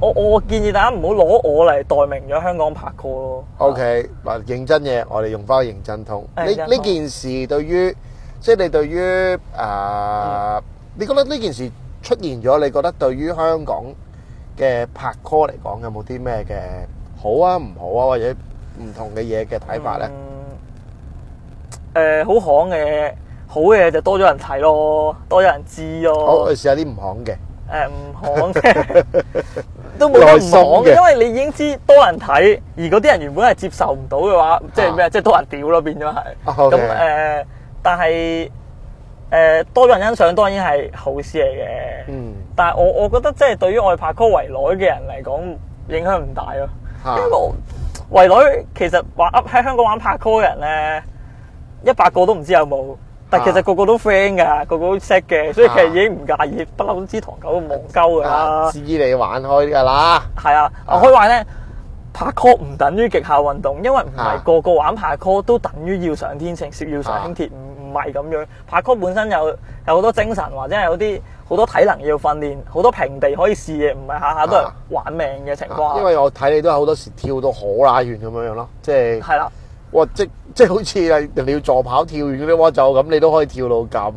Speaker 2: 我我建議大家唔好攞我嚟代名咗香港拍歌咯。
Speaker 1: 喎，OK 嗱認真嘢，我哋用翻認真通。呢
Speaker 2: 誒認真
Speaker 1: 呢
Speaker 2: 通
Speaker 1: 件事對於即係你對於啊，你覺得呢件事出現咗，你覺得對於香港嘅拍 call 嚟講，有冇啲咩嘅好啊、唔好啊，或者唔同嘅嘢嘅睇法咧？
Speaker 2: 嗯誒，好行嘅，好嘅就多咗人睇咯，多咗人知咯。
Speaker 1: 好，我哋試下啲唔行嘅。
Speaker 2: 誒唔 行嘅，都冇得
Speaker 1: 內
Speaker 2: 唔行
Speaker 1: 心
Speaker 2: 嘅，
Speaker 1: 嘅
Speaker 2: 因為你已經知多人睇，而嗰啲人原本係接受唔到嘅話，即係咩？即係多人屌咯，變咗係。
Speaker 1: 啊，OK
Speaker 2: 咁誒，但係誒多咗人欣賞當然係好事嚟嘅。
Speaker 1: 嗯，
Speaker 2: 但係我我覺得即係對於我哋拍歌圍內嘅人嚟講，影響唔大咯。
Speaker 1: 嚇
Speaker 2: 因為我圍內其實玩喺香港玩拍 call 嘅人咧，一百個都唔知有冇，但其實
Speaker 1: 啊
Speaker 2: 個個都 friend 㗎，個個都識嘅，所以其實
Speaker 1: 啊
Speaker 2: 已經唔介意，不嬲都知唐狗戇鳩㗎啦
Speaker 1: 啊，。知你玩開㗎啦，
Speaker 2: 係啊，我
Speaker 1: 啊
Speaker 2: 可以話咧，拍 call 唔等於極限運動，因為唔係
Speaker 1: 啊
Speaker 2: 個個玩拍 call 都等於要上天秤，涉要上輕鐵，
Speaker 1: 啊
Speaker 2: 唔唔係咁樣。拍 call 本身有有好多精神，或者係有啲好多體能要訓練，好多平地可以試嘅，唔係下下都係
Speaker 1: 啊
Speaker 2: 玩命嘅情況
Speaker 1: 啊
Speaker 2: 下。
Speaker 1: 因為我睇你都好多時跳到好乸遠咁樣樣咯，即係
Speaker 2: 係啦，
Speaker 1: 哇，即即係好似係人哋要助跑跳遠嗰啲，哇就咁你都可以跳到咁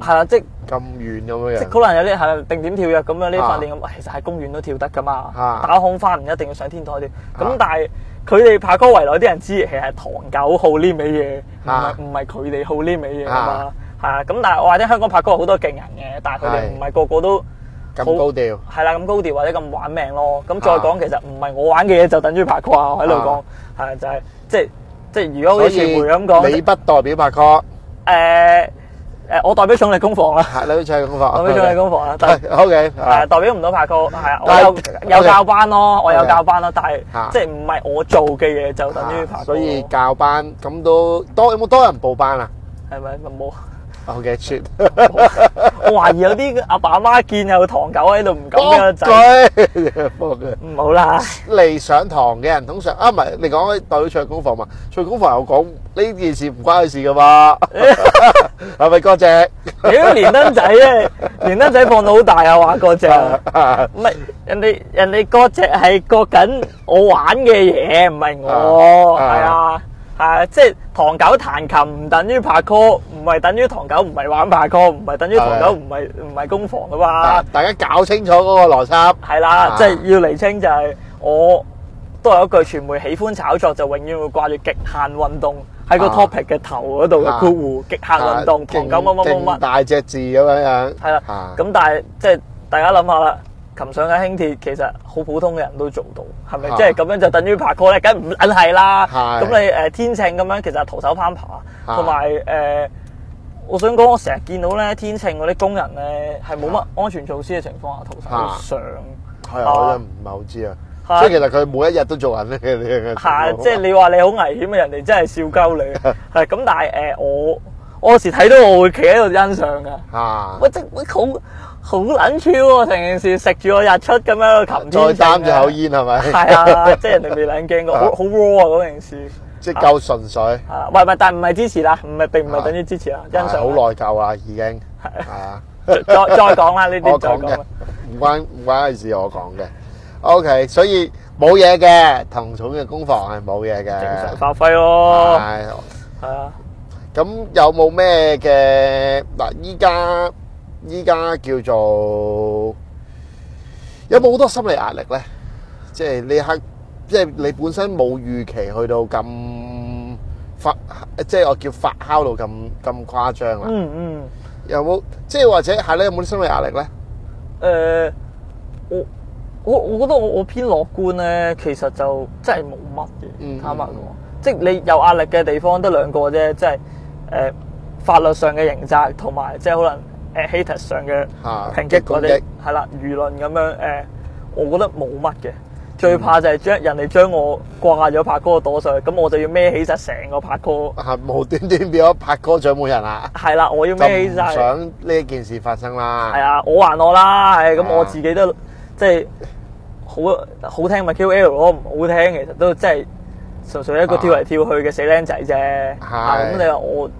Speaker 2: 係啦，即
Speaker 1: 咁遠咁樣
Speaker 2: 即
Speaker 1: 樣，
Speaker 2: 可能有啲係定點跳躍咁樣呢啲
Speaker 1: 啊
Speaker 2: 訓練咁，其實喺公園都跳得噶嘛。
Speaker 1: 啊
Speaker 2: 打空翻唔一定要上天台跳。咁
Speaker 1: 啊
Speaker 2: 但係佢哋拍歌圍內啲人知，其實係唐狗好呢味嘢，唔
Speaker 1: 啊
Speaker 2: 係唔係佢哋好呢味嘢啊嘛
Speaker 1: 啊。
Speaker 2: 係啊，咁但係我話啲香港拍歌好多勁人嘅，但係佢哋
Speaker 1: 係
Speaker 2: 唔係個個都
Speaker 1: 咁高調
Speaker 2: 係啦咁高調或者咁玩命咯。咁再
Speaker 1: 啊
Speaker 2: 講其實唔係我玩嘅嘢就等於拍歌啊，我喺度講係就係即係即係如果好
Speaker 1: 所
Speaker 2: 似傳
Speaker 1: 以
Speaker 2: 媒咁講
Speaker 1: 你不代表拍 call，
Speaker 2: 誒誒，我代表重力攻防啦，
Speaker 1: 係你啊好似係咁講，
Speaker 2: 代表重力 攻防啦，啊但係
Speaker 1: 係 OK，
Speaker 2: 係
Speaker 1: 係
Speaker 2: 代表唔到拍拖，係啊，我
Speaker 1: 啊嗯但係
Speaker 2: 有有
Speaker 1: OK
Speaker 2: 教班咯，我有
Speaker 1: OK
Speaker 2: 教班咯，但係
Speaker 1: 啊
Speaker 2: 即係唔係我做嘅嘢就等於拍
Speaker 1: 啊
Speaker 2: 拖，
Speaker 1: 所以教班咁都多有冇多人報班啊
Speaker 2: 係咪冇？
Speaker 1: ？OK，shit，
Speaker 2: 我懷疑有啲阿爸阿媽見有唐狗喺度唔敢嘅
Speaker 1: 幫
Speaker 2: 仔，
Speaker 1: 佢，幫哦佢。
Speaker 2: 唔好啦，
Speaker 1: 嚟上堂嘅人通常啊，唔係你講代表唱功房嘛？唱功房又講呢件事唔關佢事 噶嘛，係咪哥姐？
Speaker 2: 屌連登仔咧，連登仔放到好大啊，話嗰 只。
Speaker 1: 啊
Speaker 2: 唔係人哋人哋割只係割緊我玩嘅嘢，唔係我
Speaker 1: 啊
Speaker 2: 係啊係啊，即係唐狗彈琴唔等於拍 call，唔係等於唐狗唔係玩拍 call，唔係等於唐
Speaker 1: 係
Speaker 2: 狗唔係唔係攻防噶嘛，
Speaker 1: 大家搞清楚嗰個邏輯
Speaker 2: 係啦，
Speaker 1: 啊
Speaker 2: 即係要釐清就係我都有一句傳媒喜歡炒作就永遠會掛住極限運動喺個
Speaker 1: 啊
Speaker 2: topic 嘅頭嗰度嘅
Speaker 1: 啊
Speaker 2: 括弧極限
Speaker 1: À,
Speaker 2: 運動唐狗乜乜乜乜
Speaker 1: 勁。大隻字咁樣樣，
Speaker 2: 係啦，
Speaker 1: 啊
Speaker 2: 咁但係即係大家諗下啦，擒上嘅輕鐵其實好普通嘅人都做到，係咪？
Speaker 1: 啊
Speaker 2: 即係咁樣就等於爬過咧，梗唔撚係啦。
Speaker 1: 係
Speaker 2: 咁你誒天秤咁樣其實係徒手攀爬，
Speaker 1: 啊
Speaker 2: 同埋誒，我想講我成日見到咧天秤嗰啲工人咧係冇乜安全措施嘅情況下徒
Speaker 1: 啊
Speaker 2: 手上。
Speaker 1: 係啊，我真係唔係好知啊。
Speaker 2: 係
Speaker 1: 所以其實佢每一日都做緊呢樣嘢。
Speaker 2: 嚇！即係你話你好危險啊，人哋真係笑 鳩你。係咁，但係誒、呃我我有時睇到我會企喺度欣賞㗎。
Speaker 1: 嚇，
Speaker 2: 喂，即係好好撚超喎！成件事食住我日出咁樣擒
Speaker 1: 再
Speaker 2: 天
Speaker 1: 擔
Speaker 2: 秤
Speaker 1: 住口，煙係咪？
Speaker 2: 係啊，即係人哋未撚 驚過，好好 raw 啊嗰件事
Speaker 1: 即係夠純粹，係
Speaker 2: 啊！喂喂，但係唔係支持啦，唔係並唔係
Speaker 1: 啊
Speaker 2: 等於支持啦，欣賞啦
Speaker 1: 好耐夠啦已經。係啊。
Speaker 2: 再再講啦，呢啲
Speaker 1: 我
Speaker 2: 再
Speaker 1: 講
Speaker 2: 講啊
Speaker 1: 嘅
Speaker 2: 啦，，
Speaker 1: 唔關唔關佢事，我講嘅。O、k 所以冇嘢嘅，同重嘅攻防係冇嘢嘅。
Speaker 2: 正常發揮咯，
Speaker 1: 係
Speaker 2: 係啊，
Speaker 1: 咁有冇咩嘅嗱？依家依家叫做有冇好多心理壓力咧？即係呢刻，即係你本身冇預期去到咁發，即係我叫發酵到咁咁誇張啦。
Speaker 2: 嗯嗯。
Speaker 1: 有冇即係或者係咧？有冇啲心理壓力咧？
Speaker 2: 誒、呃我我我覺得我我偏樂觀咧，其實就真係冇乜
Speaker 1: 嗯
Speaker 2: 嘅，坦白講，即係你有壓力嘅地方得兩個啫，即係誒、呃法律上嘅刑責，同埋即係可能誒、haters 呃上嘅
Speaker 1: 啊
Speaker 2: 抨擊嗰
Speaker 1: 攻擊
Speaker 2: 啲，係啦，輿論咁樣誒、我覺得冇乜嘅。最怕
Speaker 1: 嗯
Speaker 2: 就係將人哋將我掛咗拍哥個朵上去，咁我就要孭起晒成個拍哥。
Speaker 1: 啊無端端變咗拍哥掌門人 啦，
Speaker 2: 係啦，我要
Speaker 1: 就
Speaker 2: 孭
Speaker 1: 唔
Speaker 2: 起晒。
Speaker 1: 想呢件事發生啦。
Speaker 2: 係啊，我還我啦，係咁
Speaker 1: 啊
Speaker 2: 我自己都即係好好聽咪 QL 咯，唔好聽其實都即係純粹
Speaker 1: 啊
Speaker 2: 一個跳嚟跳去嘅死僆仔啫。啊咁你話我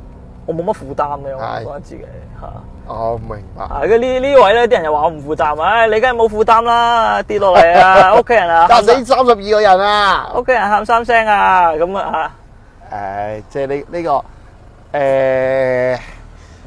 Speaker 2: 我冇乜負擔嘅，我
Speaker 1: 係
Speaker 2: 覺得自己嚇。
Speaker 1: 我哦明白。
Speaker 2: 啊！跟呢呢位咧，啲人又話我唔負擔，唉、你梗係冇負擔啦，跌落 嚟啊，屋企人啊，
Speaker 1: 但死三十二個人啊！
Speaker 2: 屋企人喊三聲啊，咁啊
Speaker 1: 誒，即係呢呢個誒、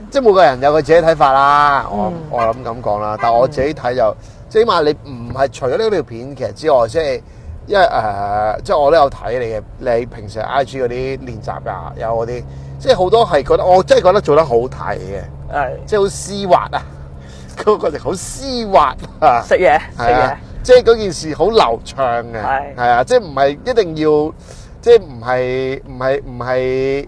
Speaker 1: 即係每個人有佢自己睇法啦。我
Speaker 2: 嗯
Speaker 1: 我諗咁講啦，但我自己睇就，即係起碼你唔係除咗呢條片其實之外，即係因為誒、即係我都有睇你嘅，你平時 I G 嗰啲練習㗎，有嗰啲，即係好多係覺得我真係覺得做得好睇嘅，
Speaker 2: 嚇，係
Speaker 1: 即係好絲滑啊， 嗰個直好絲滑啊。
Speaker 2: 食嘢食
Speaker 1: 係
Speaker 2: 嘢
Speaker 1: 啊，，即係嗰件事好流暢嘅，
Speaker 2: 係
Speaker 1: 係啊，即係唔係一定要，即係唔係唔係唔係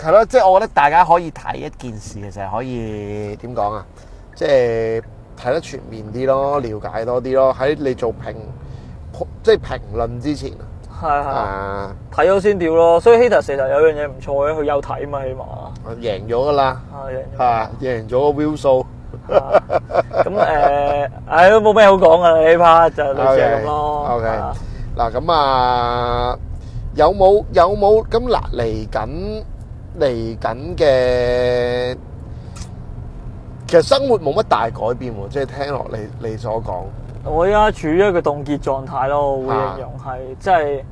Speaker 1: 係咯，即係我覺得大家可以睇一件事嘅時候可以點講啊，即係睇得全面啲咯，了解多啲咯，喺你做評即係評論之前
Speaker 2: 係係
Speaker 1: 啊，
Speaker 2: 睇咗先屌咯。所以 hater 其實有樣嘢唔錯嘅，佢有睇嘛，起碼啊
Speaker 1: 我啊贏咗噶啦，
Speaker 2: 係啊
Speaker 1: 啊，贏咗個 view 數，
Speaker 2: 啊咁誒，唉都冇咩好講噶啦，呢 part 就類似係咁咯。
Speaker 1: OK，OK
Speaker 2: 啊
Speaker 1: 嗱咁啊，有冇有冇咁嗱嚟緊嚟緊嘅，其實生活冇乜大改變喎，即係聽落你你所講，
Speaker 2: 我而家處於一個凍結狀態咯，我會
Speaker 1: 啊
Speaker 2: 形容係即係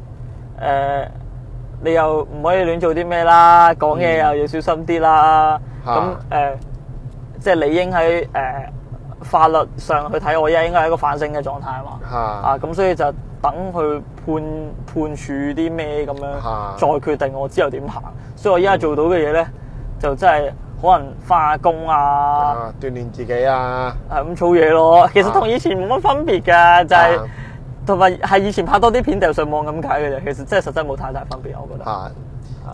Speaker 2: 誒，你又唔可以亂做啲咩啦，講嘢又要小心啲啦。咁
Speaker 1: 嗯啊
Speaker 2: 誒，即係理應喺誒法律上去睇，我而家應該係一個反省嘅狀態啊嘛。
Speaker 1: 嚇
Speaker 2: 啊，咁所以就等佢判判處啲咩咁
Speaker 1: 啊
Speaker 2: 樣，再決定我之後點行。所以我依家做到嘅嘢咧，就真係可能翻下工啊，
Speaker 1: 啊鍛鍊自己啊，
Speaker 2: 係咁做嘢咯。其實
Speaker 1: 啊
Speaker 2: 同以前冇乜分別㗎，就係
Speaker 1: 啊
Speaker 2: 同埋係以前拍多啲片掉上網咁解嘅啫。其實真係實質冇太大分別，我覺得。
Speaker 1: 嚇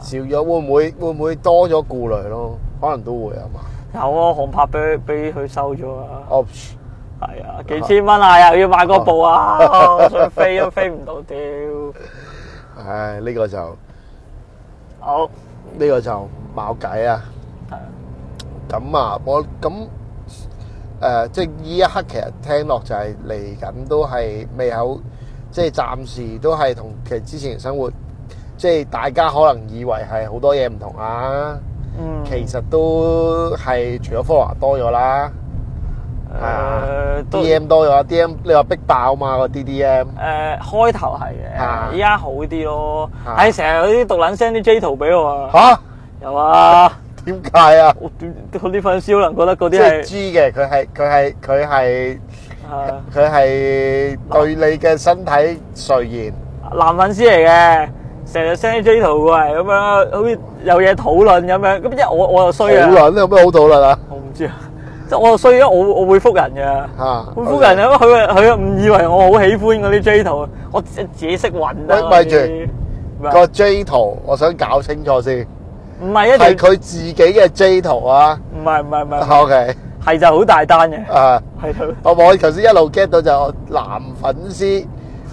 Speaker 1: 少咗會唔會會唔會多咗顧慮咯？可能都會係嘛？
Speaker 2: 有啊，航拍俾俾佢收咗啊，
Speaker 1: 哦，
Speaker 2: 係啊，幾千蚊啊，又要買嗰部啊，我想飛都飛唔到，屌！
Speaker 1: 唉，呢個就呢
Speaker 2: 好，
Speaker 1: 個就冇計啊！
Speaker 2: 係啊
Speaker 1: 咁啊，我咁誒、呃即係呢一刻其實聽落就係嚟緊都係未有，即係暫時都係同其實之前生活，即係大家可能以為係好多嘢唔同啊，
Speaker 2: 嗯。
Speaker 1: 其實都係除咗 follower 多咗啦，係啊
Speaker 2: 誒都
Speaker 1: ，DM 多咗啦，DM 你話逼爆嘛個 DDM
Speaker 2: 誒、呃開頭係
Speaker 1: 啊
Speaker 2: 嘅，依家好啲咯。
Speaker 1: 啊
Speaker 2: 唉，成日有啲獨撚 send 啲 J 圖俾我啊，
Speaker 1: 吓？
Speaker 2: 有啊，
Speaker 1: 點解啊？
Speaker 2: 我點嗰啲粉絲可能覺得嗰
Speaker 1: 即
Speaker 2: 啲
Speaker 1: 係
Speaker 2: 係
Speaker 1: 知嘅，佢係佢係佢係
Speaker 2: 啊
Speaker 1: 佢係對你嘅身體垂涎。
Speaker 2: 男粉絲嚟嘅，成日 send 啲 J 圖過嚟咁樣，好似有嘢討論咁樣。咁即係我我又衰
Speaker 1: 討
Speaker 2: 啊，
Speaker 1: 論有咩好討論啊？
Speaker 2: 我唔知啊，即係我又衰啊，我我會覆人嘅。
Speaker 1: 嚇！
Speaker 2: 會覆人啊！佢佢唔以為我好喜歡嗰啲 J 圖，啊我自自己識揾啊！
Speaker 1: 喂咪
Speaker 2: 嗰啲咩
Speaker 1: 個 J 圖，我想搞清楚先，
Speaker 2: 唔係一
Speaker 1: 係
Speaker 2: 定，
Speaker 1: 佢自己嘅 J 圖啊。
Speaker 2: 唔係唔係唔係，
Speaker 1: OK，
Speaker 2: 係就好大單嘅，
Speaker 1: 啊，
Speaker 2: 係就。
Speaker 1: 我我頭先一路 get 到就我男粉絲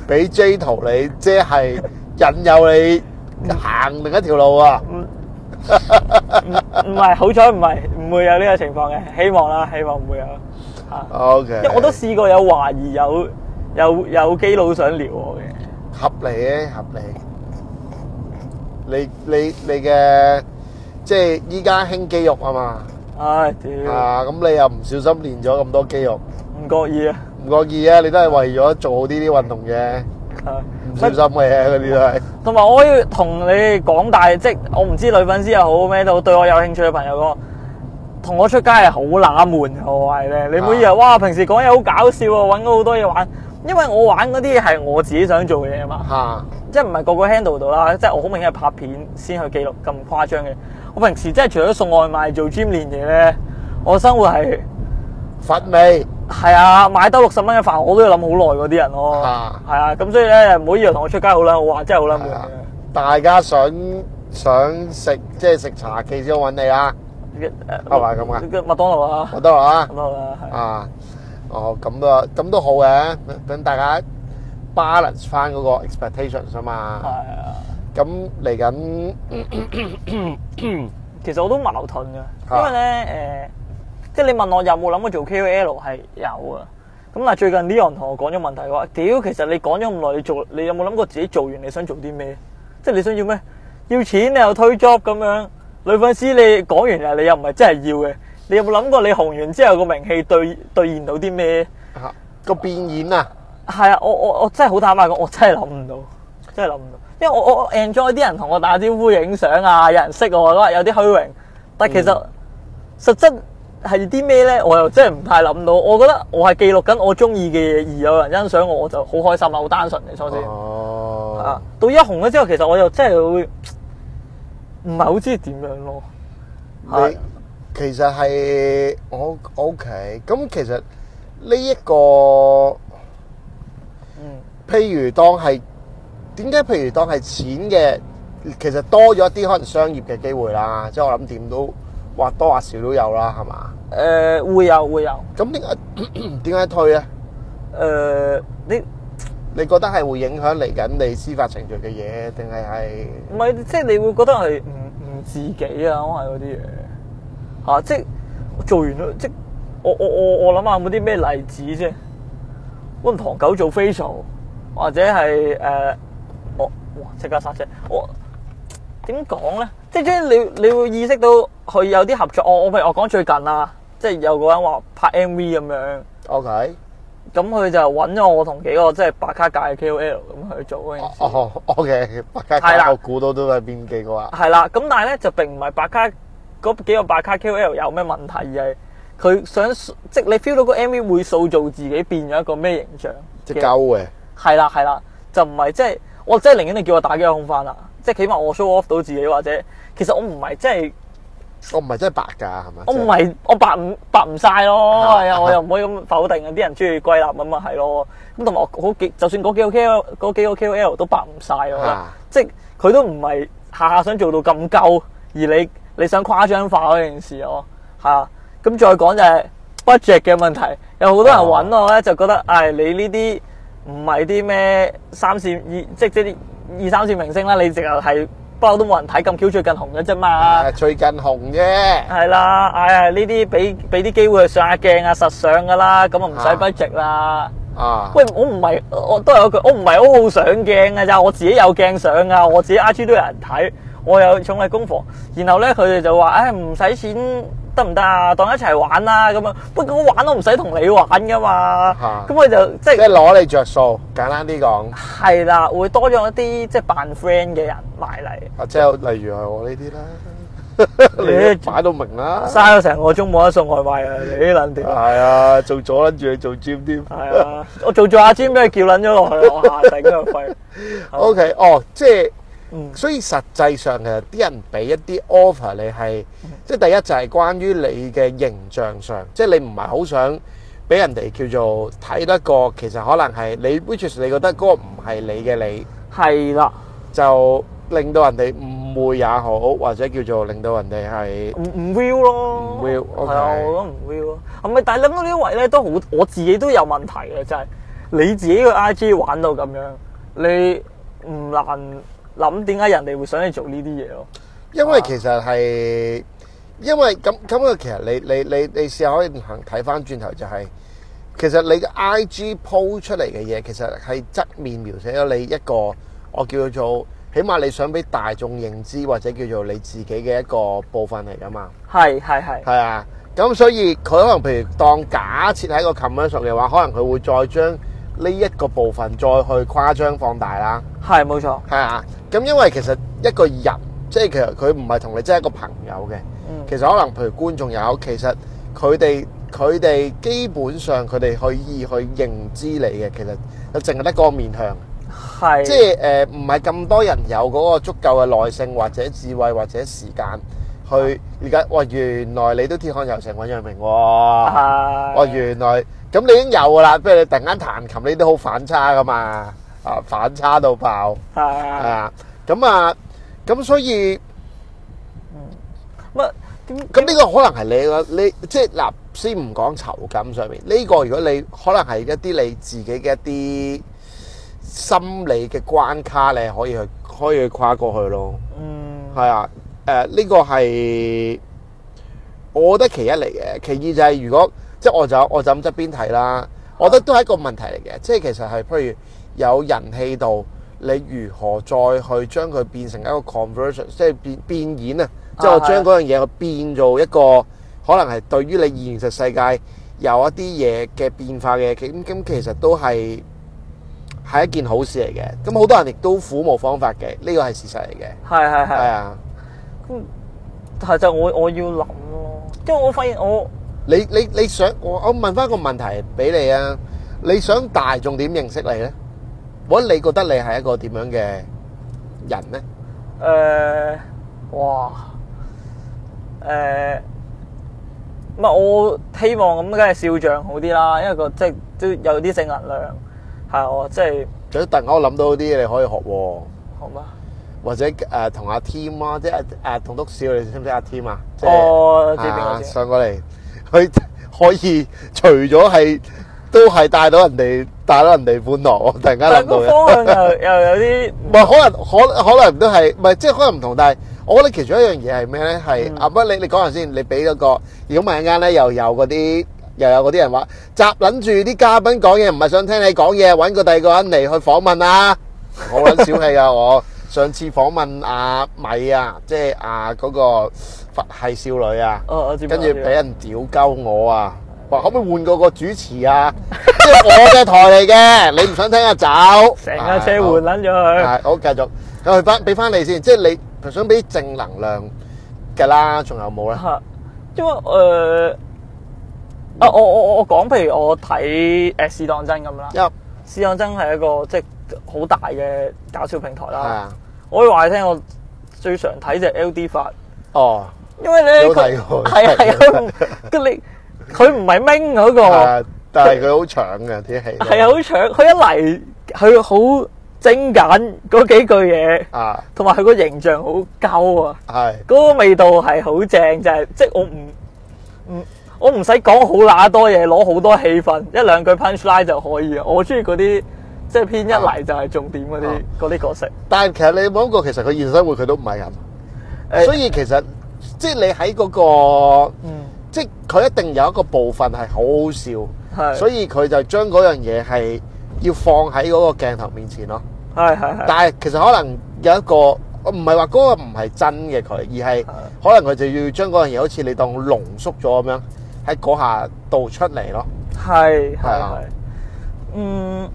Speaker 1: 俾 J 圖你，即係引誘你行另一條路 啊。
Speaker 2: 唔係，好彩唔係，唔會有呢個情況嘅，希望啦，希望唔會有嚇。
Speaker 1: OK，
Speaker 2: 因為我都試過有懷疑有有有基佬想撩我嘅，
Speaker 1: 合理嘅，合理。你你你嘅即係依家興肌肉啊嘛，
Speaker 2: 唉屌，
Speaker 1: 啊咁你又唔小心練咗咁多肌肉，
Speaker 2: 唔覺意啊！
Speaker 1: 唔覺意啊！你都係為咗做好呢啲運動嘅。
Speaker 2: 係
Speaker 1: 唔小心嘅嘢嗰啲都係
Speaker 2: 同埋我要同你哋講大，即係我唔知女粉絲又好咩都好，對我有興趣嘅朋友講，同我出街係好冷門嘅，我話咧，你唔好以為哇，平時講嘢好搞笑啊，揾到好多嘢玩，因為我玩嗰啲係我自己想做嘅嘢嘛。
Speaker 1: 嚇
Speaker 2: 即係唔係個個 handle 到啦，即係我好明顯係拍片先去記錄咁誇張嘅。我平時即係除咗送外賣做 gym 練嘢咧，我生活係
Speaker 1: 罰味
Speaker 2: 係啊，買兜六十蚊嘅飯，我都要諗好耐嗰啲人咯。
Speaker 1: 啊
Speaker 2: 係啊，咁所以咧，唔好以為同我出街好撚好玩，真係好撚悶
Speaker 1: 係啊
Speaker 2: 嘅。
Speaker 1: 大家想想食即係食茶記先好揾你啦，係咪咁啊
Speaker 2: 嘅？麥當勞啊，
Speaker 1: 我得啦
Speaker 2: 麥。當勞啊，係
Speaker 1: 啊，哦，咁啊，咁都好嘅，等大家 balance 翻嗰個 expectations à 啊
Speaker 2: 係
Speaker 1: 嘛。
Speaker 2: 啊。
Speaker 1: 咁嚟緊
Speaker 2: 其實我都矛盾嘅，
Speaker 1: 啊
Speaker 2: 因為咧誒、呃即係你問我有冇諗過做 KOL 係有啊。咁但係最近 Leon 同我講咗問題話，屌，其實你講咗咁耐，你做你有冇諗過自己做完你想做啲咩？即係你想要咩？要錢你又推 job 咁樣，女粉絲你講完啦，你又唔係真係要嘅。你有冇諗過你紅完之後個名氣對兑現到啲咩？
Speaker 1: 啊個變現啊，
Speaker 2: 係啊，我我我真係好坦白講，我真係諗唔到，真係諗唔到，因為我我我 enjoy 啲人同我打招呼、影相啊，有人識我嗰日有啲虛榮，但其實、實質係啲咩咧，我又真係唔太諗到。我覺得我係記錄緊我中意嘅嘢，而有人欣賞我，我就好開心啦，啊好單純嘅初先。
Speaker 1: 哦 Ờ.
Speaker 2: 啊，，到一紅咗之後，其實我又真係會唔係好知點樣咯。係
Speaker 1: 你其實係我 OK，咁其實呢一個
Speaker 2: 嗯，
Speaker 1: 譬如當係點解？譬如當係錢嘅，其實多咗一啲可能商業嘅機會啦，即係我諗點都或多或少都有啦，係嘛？
Speaker 2: 誒、會有會有誒、
Speaker 1: 咁點解點解退咧？
Speaker 2: 你。
Speaker 1: 你覺得係會影響嚟緊你司法程序嘅嘢，定係係
Speaker 2: 唔係，即係你會覺得係唔唔自己啊，我係嗰啲嘢嚇，即係做完咗，即係我我我我諗下有冇啲咩例子啫？可能唐狗做 facial，或者係誒、呃我哇即刻剎車，我點講咧？即係即係你你會意識到佢有啲合作，我我譬如我講最近啊，即係有個人話拍 MV 咁樣。
Speaker 1: OK？
Speaker 2: 咁佢就揾咗我同幾個即係白卡界嘅 KOL 咁去做嗰件事。
Speaker 1: 哦，OK，百佳
Speaker 2: 係啦
Speaker 1: 我估到都係邊幾個啊？
Speaker 2: 係啦，咁但係咧就並唔係白卡嗰幾個白卡 KOL 有咩問題，而係佢想即係你 feel 到個 MV 會塑造自己變咗一個咩形象
Speaker 1: 只
Speaker 2: 嘅
Speaker 1: 鳩嘅，
Speaker 2: 係啦係啦，就唔係即係我真係寧願你叫我打幾個空翻啦，即係起碼我 show off 到自己或者其實我唔係真係
Speaker 1: 我唔係真係白㗎，係咪？
Speaker 2: 我唔係我白唔白唔晒咯，
Speaker 1: 啊
Speaker 2: 係啊，我又唔可以咁否定啊！啲人中意歸納咁啊，係咯。咁同埋我好幾，就算嗰幾個 KOL 嗰幾個 KOL 都白唔晒我覺得
Speaker 1: 啊
Speaker 2: 即係佢都唔係下下想做到咁夠，而你你想誇張化嗰件事咯，係啊。咁再講就係 budget 嘅問題，有好多人
Speaker 1: 哦
Speaker 2: 揾我咧就覺得，唉、你呢啲唔係啲咩三線二，即係即係啲二三線明星啦，你直頭係不嬲都冇人睇咁 Q 最近紅嘅啫嘛。
Speaker 1: 啊最近紅啫，
Speaker 2: 係啦，唉，呢啲俾俾啲機會佢上下鏡啊，實上噶啦，咁啊唔使
Speaker 1: 啊
Speaker 2: budget 啦。
Speaker 1: 啊，
Speaker 2: 喂，我唔係，我都係嗰句，我唔係好好上鏡嘅咋，我自己有鏡上噶，我自己 IG 都有人睇，我有重力功課。然後咧，佢哋就話：，唉，唔使錢得唔得啊？當一齊玩啦咁啊！不過我玩都唔使同你玩噶嘛
Speaker 1: 啊。
Speaker 2: 咁佢就即
Speaker 1: 即
Speaker 2: 係
Speaker 1: 係攞你着數，簡單啲講，
Speaker 2: 係啦，會多咗一啲即係扮 friend 嘅人埋嚟，
Speaker 1: 啊，即係例如係我呢啲啦，
Speaker 2: 咦
Speaker 1: 你都擺到明啦，
Speaker 2: 嘥咗成個鐘冇得送外賣啊！你呢撚屌！
Speaker 1: 係啊，做咗跟住去做 gym 添。
Speaker 2: 係啊，我做做下 gym 俾佢叫撚咗落去， 我下頂佢肺。
Speaker 1: O K，哦，即係，
Speaker 2: 嗯
Speaker 1: 所以實際上其實啲人俾一啲 offer 你係，即係第一就係關於你嘅形象上，即係你唔係好想俾人哋叫做睇得過，其實可能係你，which is 你覺得嗰個唔係你嘅你，
Speaker 2: 係啦，
Speaker 1: 就令到人哋誤會也好，或者叫做令到人哋係
Speaker 2: 唔唔 real 咯，
Speaker 1: 唔 real，
Speaker 2: 係啊，
Speaker 1: OK
Speaker 2: 我覺得唔 real 咯。啊唔係，但係諗到呢啲位咧，都好，我自己都有問題嘅，就係、你自己個 IG 玩到咁樣，你唔難諗點解人哋會想你做呢啲嘢咯。
Speaker 1: 因為其實係因為咁咁啊，其實你你你你試下可以行睇翻轉頭就係、其實你嘅 I G 鋪出嚟嘅嘢，其實係側面描寫咗你一個我叫做起碼你想俾大眾認知或者叫做你自己嘅一個部分嚟噶嘛，
Speaker 2: 係係係，
Speaker 1: 係啊。咁所以佢可能譬如當假設係一個 commercial 嘅話，可能佢會再將呢一個部分再去誇張放大啦。
Speaker 2: 係冇錯。
Speaker 1: 係啊，咁因為其實一個人，即係其實佢唔係同你真係一個朋友嘅，
Speaker 2: 嗯
Speaker 1: 其實可能譬如觀眾又好，其實佢哋佢哋基本上佢哋去意去認知你嘅，其實就淨係得嗰個面向，
Speaker 2: 係，
Speaker 1: 即係誒唔係咁多人有嗰個足夠嘅耐性或者智慧或者時間
Speaker 2: 啊
Speaker 1: 去而家，哇原來你都鐵漢柔情尹揚明喎，
Speaker 2: 係
Speaker 1: 哇原來咁你已經有噶啦，不如你突然間彈琴，你都好反差噶嘛，啊反差到爆，
Speaker 2: 係啊
Speaker 1: 係啊，咁啊，咁所以
Speaker 2: 乜點
Speaker 1: 咁呢個可能係你個你即係嗱，先唔講酬金上面，呢、個如果你可能係一啲你自己嘅一啲心理嘅關卡，你可以去可以去跨過去咯。
Speaker 2: 嗯
Speaker 1: 係啊，誒、呢、個係我覺得其一嚟嘅，其二就係如果即係我就我就咁側邊睇啦，我覺得都係一個問題嚟嘅，即係其實係譬如有人氣度，你如何再去將佢變成一個 conversion，即係變變演啊，即係我
Speaker 2: 係
Speaker 1: 將嗰樣嘢去變做一個可能係對於你現實世界有一啲嘢嘅變化嘅，咁咁其實都係。係一件好事嚟嘅，咁好多人亦都苦無方法嘅，呢個係事實嚟嘅，
Speaker 2: 係
Speaker 1: 係
Speaker 2: 係係，
Speaker 1: 啊。
Speaker 2: 係就我我要諗咯，因為我發現我
Speaker 1: 你你你想我我問翻個問題俾你啊，你想大眾點認識你呢？或者你覺得你係一個點樣嘅人呢？
Speaker 2: 誒、呃哇誒，唔、係啊我希望咁，梗係笑像好啲啦，因為個即係都有啲正能量係啊我即係
Speaker 1: 就突然間我諗到啲嘢你可以學喎，
Speaker 2: 好嘛？
Speaker 1: 或者誒同阿 Tim 啊，即係誒同篤笑，你識唔識阿 Tim 啊？即係 À,
Speaker 2: 哦知邊個
Speaker 1: 啊
Speaker 2: 知
Speaker 1: 上過嚟，佢可以除咗係都係帶到人哋帶到人哋歡樂，我突然間
Speaker 2: 但係
Speaker 1: 諗到
Speaker 2: 個
Speaker 1: 嘅。
Speaker 2: 方向又 又有啲
Speaker 1: 唔係可能可可能都係唔係即係可能唔同，但係我覺得其中一樣嘢係咩咧？係啊不，你你講下先，你俾嗰個，如果萬一間咧又有嗰啲又有嗰啲人話，雜撚住啲嘉賓講嘢，唔係想聽你講嘢，揾個第二個人嚟去訪問啦。我撚小氣啊！我上次訪問阿米啊，即係阿嗰個佛系少女啊。
Speaker 2: 哦，我知邊個
Speaker 1: 跟住
Speaker 2: 知
Speaker 1: 俾
Speaker 2: 邊個
Speaker 1: 人屌鳩我啊！話可唔可以換過個主持啊？即係我嘅台嚟嘅，你唔想聽就走。
Speaker 2: 成架車換撚咗佢，
Speaker 1: 係，好繼續。咁去翻俾翻你先，即係你想俾正能量㗎啦，仲有冇咧？
Speaker 2: 嚇因為誒、呃啊我我我我講，譬如我睇誒《是當真》咁啦，
Speaker 1: 因為
Speaker 2: 《是當真》係一個即係好大嘅搞笑平台
Speaker 1: 係
Speaker 2: 啦。
Speaker 1: 啊，
Speaker 2: 我可以話你聽，我最常睇就係 L D 法，
Speaker 1: 哦，
Speaker 2: 因為咧
Speaker 1: 有
Speaker 2: 佢
Speaker 1: 睇過
Speaker 2: 係啊係啊，佢佢你佢唔係明嗰個，
Speaker 1: 係啊但係佢好長嘅啲戲都。
Speaker 2: 係啊好長，佢一嚟佢好精簡嗰幾句嘢，
Speaker 1: 啊，
Speaker 2: 同埋佢個形象好鳩啊，
Speaker 1: 係
Speaker 2: 嗰、個味道係好正，就係、即係我唔唔我唔使講好乸多嘢，攞好多氣氛，一兩句 punch line 就可以啊。我中意嗰啲即係偏一嚟就係重點嗰啲
Speaker 1: 啊
Speaker 2: 嗰啲角色。
Speaker 1: 但係其實你有冇諗過，其實佢現實生活佢都唔係咁，
Speaker 2: 誒
Speaker 1: 所以其實即係你喺嗰個。
Speaker 2: 嗯，
Speaker 1: 即係佢一定有一個部分係好好
Speaker 2: 係
Speaker 1: 笑，所以佢就將嗰樣嘢係要放喺嗰個鏡頭面前咯。
Speaker 2: 係係係，
Speaker 1: 但係其實可能有一個，我唔係話嗰個唔係真嘅佢，而係
Speaker 2: 啊
Speaker 1: 可能佢就要將嗰樣嘢好似你當濃縮咗咁樣喺嗰下度出嚟咯。
Speaker 2: 係係
Speaker 1: 係啊
Speaker 2: 係，嗯，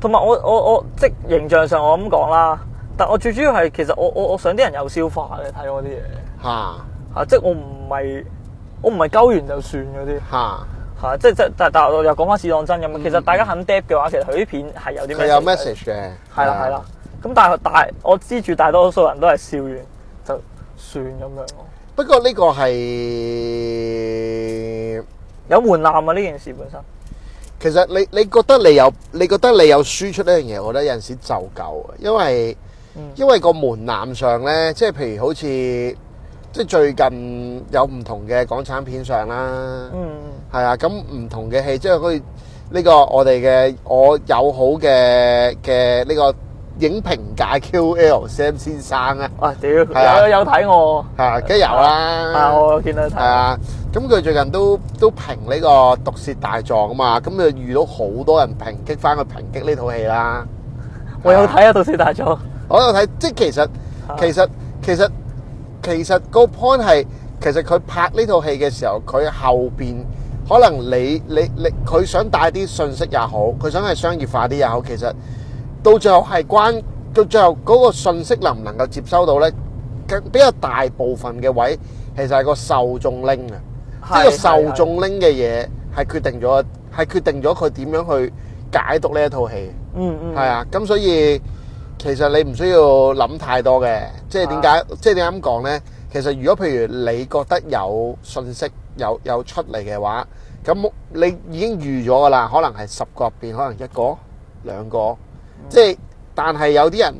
Speaker 2: 同埋我我我即係形象上我咁講啦，但我最主要係其實我我我想啲人有消化嘅睇我啲嘢
Speaker 1: 嚇
Speaker 2: 嚇，即係我唔係我唔係鳩完就算嗰啲
Speaker 1: 嚇，
Speaker 2: 嚇，即係即係但但我又講翻試當真咁，其實大家肯 dep 嘅話，其實佢啲片係有啲
Speaker 1: 嗯佢有
Speaker 2: 嘅
Speaker 1: message 嘅。
Speaker 2: 係啦係啦，咁但係大我知住大多數人都係笑完就算咁樣咯，
Speaker 1: 不過呢個係。
Speaker 2: 有門檻啊呢件事本身。
Speaker 1: 其實你你覺得你有你覺得你有輸出呢樣嘢，我覺得有陣時就夠啊，因為、
Speaker 2: 嗯
Speaker 1: 因為個門檻上呢，即係譬如好似即係最近有唔同嘅港產片上啦，
Speaker 2: 嗯，
Speaker 1: 係啊，咁唔同嘅戲，即係佢呢個我哋嘅我友好嘅嘅呢個影評界 QL Sam 先生啊，
Speaker 2: 啊屌，
Speaker 1: 係啊嗯
Speaker 2: 有有睇我。
Speaker 1: 嚇，梗係有啦，
Speaker 2: 啊！我見到睇
Speaker 1: 係啊，咁佢最近都都評呢個《毒舌大狀》啊嘛，咁佢遇到好多人抨擊翻佢抨擊呢套戲啦。
Speaker 2: 我有睇啊，到時大咗。
Speaker 1: 我喺度睇，即係其實其實其實其實個 point 係，其實佢拍呢套戲嘅時候，佢後邊可能你你你佢想帶啲信息也好，佢想係商業化啲也好，其實到最後係關到最後嗰個信息能唔能夠接收到呢？更比較大部分嘅位其實係個受眾拎嘅。即係個受眾拎嘅嘢係決定咗，係決定咗佢點樣去解讀呢一套戲。
Speaker 2: 嗯嗯，
Speaker 1: 係啊，咁所以其實你唔需要諗太多嘅，即係點
Speaker 2: 啊
Speaker 1: 解？即係點解咁講呢？其實如果譬如你覺得有信息有有出嚟嘅話，咁你已經預咗噶啦，可能係十個入邊，可能一個、兩個，即
Speaker 2: 嗯
Speaker 1: 係但係有啲人誒、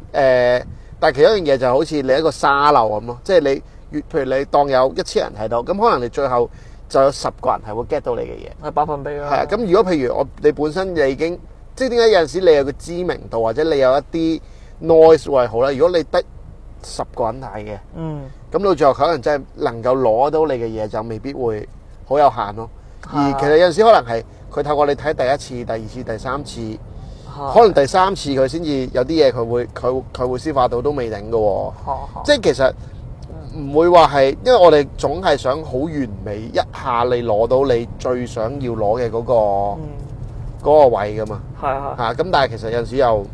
Speaker 1: 呃但係其中一樣嘢就好似你一個沙漏咁咯，即係你越譬如你當有一千人喺度，咁可能你最後就有十個人係會 get 到你嘅嘢。
Speaker 2: 係百分比啦。
Speaker 1: 係啊，咁如果譬如我你本身你已經即係點解有陣時你有個知名度或者你有一啲 noise 會係好啦。如果你得十個人睇嘅，
Speaker 2: 嗯，
Speaker 1: 咁到最後可能真係能夠攞到你嘅嘢就未必會好有限咯。而
Speaker 2: 係
Speaker 1: 其實有陣時可能係佢透過你睇第一次、第二次、第三次，
Speaker 2: 可
Speaker 1: 可能第三次佢先至有啲嘢佢會佢佢會消化到都未定嘅喎。即係其實唔會話係，因為我哋總係想好完美，一下你攞到你最想要攞嘅嗰個
Speaker 2: 嗯，
Speaker 1: 嗰個位噶嘛
Speaker 2: 係係
Speaker 1: 嚇。咁、但係其實有陣時又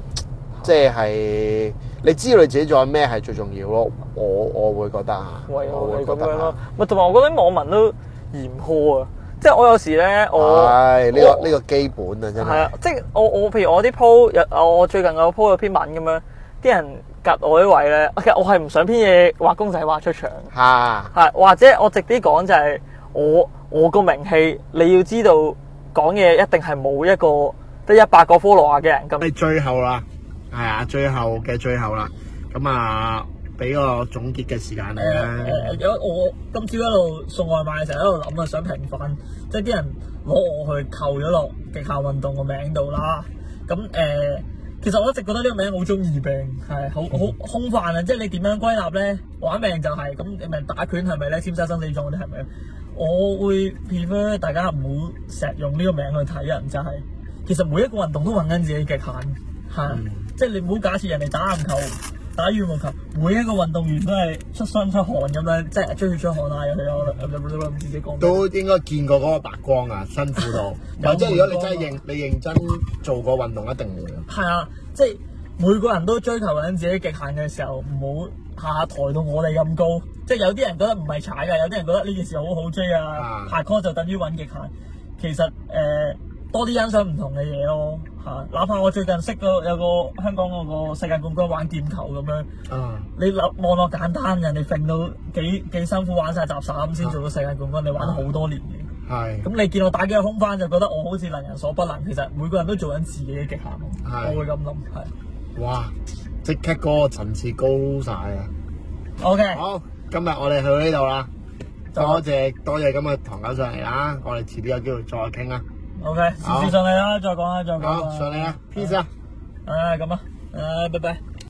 Speaker 1: 即係你知道你自己做緊咩係最重要咯。我我會覺得嚇，
Speaker 2: 唯
Speaker 1: 我
Speaker 2: 有
Speaker 1: 會
Speaker 2: 你
Speaker 1: 覺
Speaker 2: 咁
Speaker 1: 得啊
Speaker 2: 樣
Speaker 1: 嚇
Speaker 2: 咯。咪同埋我覺得網民都嚴苛啊，即係我有時咧我。
Speaker 1: 唉，呢個
Speaker 2: 我
Speaker 1: 呢個基本啊，真
Speaker 2: 係
Speaker 1: 係
Speaker 2: 啊，即係我我譬如我啲 po 有我最近有 po 有篇文咁樣，啲人夾我啲位咧，其實我係唔想篇嘢畫公仔畫出場，
Speaker 1: 嚇
Speaker 2: 係或者我直啲講就係、我我個名氣，你要知道講嘢一定係冇一個得一百個 follower 嘅人咁。
Speaker 1: 係啊最後啦，係啊，最後嘅最後啦。咁啊，俾個總結嘅時間你啦。
Speaker 2: 因為我今朝一路送外賣嘅時候一路諗啊，想平反，即係啲人攞我去扣咗落極限運動個名度啦。咁誒、呃其實我一直覺得呢個名好中二病，係好好空泛啊！即係你點樣歸納咧？玩命就係、咁，你咪打拳係咪咧？簽晒生死狀嗰啲係咪？我會 prefer 大家唔好成日用呢個名去睇人，就係、其實每一個運動都揾緊自己極限，係啊、即係你唔好假設人哋打籃球。打羽毛球，每一個運動員都係出身出汗咁樣，即係追血出汗啊！有佢有唔知自己講咩
Speaker 1: 都應該見過嗰個白光啊，辛苦 到。
Speaker 2: 有
Speaker 1: 或者如果你
Speaker 2: 白光啊
Speaker 1: 真係認你認真做過運動，一定會啊。
Speaker 2: 係啊，即係每個人都追求緊自己極限嘅時候，唔好下下抬到我哋咁高。即係有啲人覺得唔係踩㗎，有啲人覺得呢件事好好追啊
Speaker 1: 啊，
Speaker 2: 拍拖就等於揾極限。其實誒、呃多啲欣賞唔同嘅嘢咯嚇，哪怕我最近識個有個香港嗰個世界冠軍玩劍球咁樣。
Speaker 1: 啊，
Speaker 2: 你諗望落簡單，人哋揈到幾幾辛苦玩晒雜耍咁先做到世界冠軍，你玩咗好多年嘅。
Speaker 1: 係。
Speaker 2: 咁你見我打幾個空翻就覺得我好似能人所不能，其實每個人都做緊自己嘅極限咯。
Speaker 1: 係
Speaker 2: 我會咁諗，係。
Speaker 1: 哇！即刻嗰個層次高晒啊！
Speaker 2: O K，
Speaker 1: 好，今日我哋去到呢度啦，
Speaker 2: 就
Speaker 1: 多謝多謝今日唐狗上嚟啦，我哋遲啲有機會再傾啦。
Speaker 2: O K，時
Speaker 1: 好
Speaker 2: 事上嚟啦，再講啦，再講
Speaker 1: 好，上
Speaker 2: 啦。
Speaker 1: 嚟啦，peace 啊！
Speaker 2: 啊，咁啊，啊，拜拜。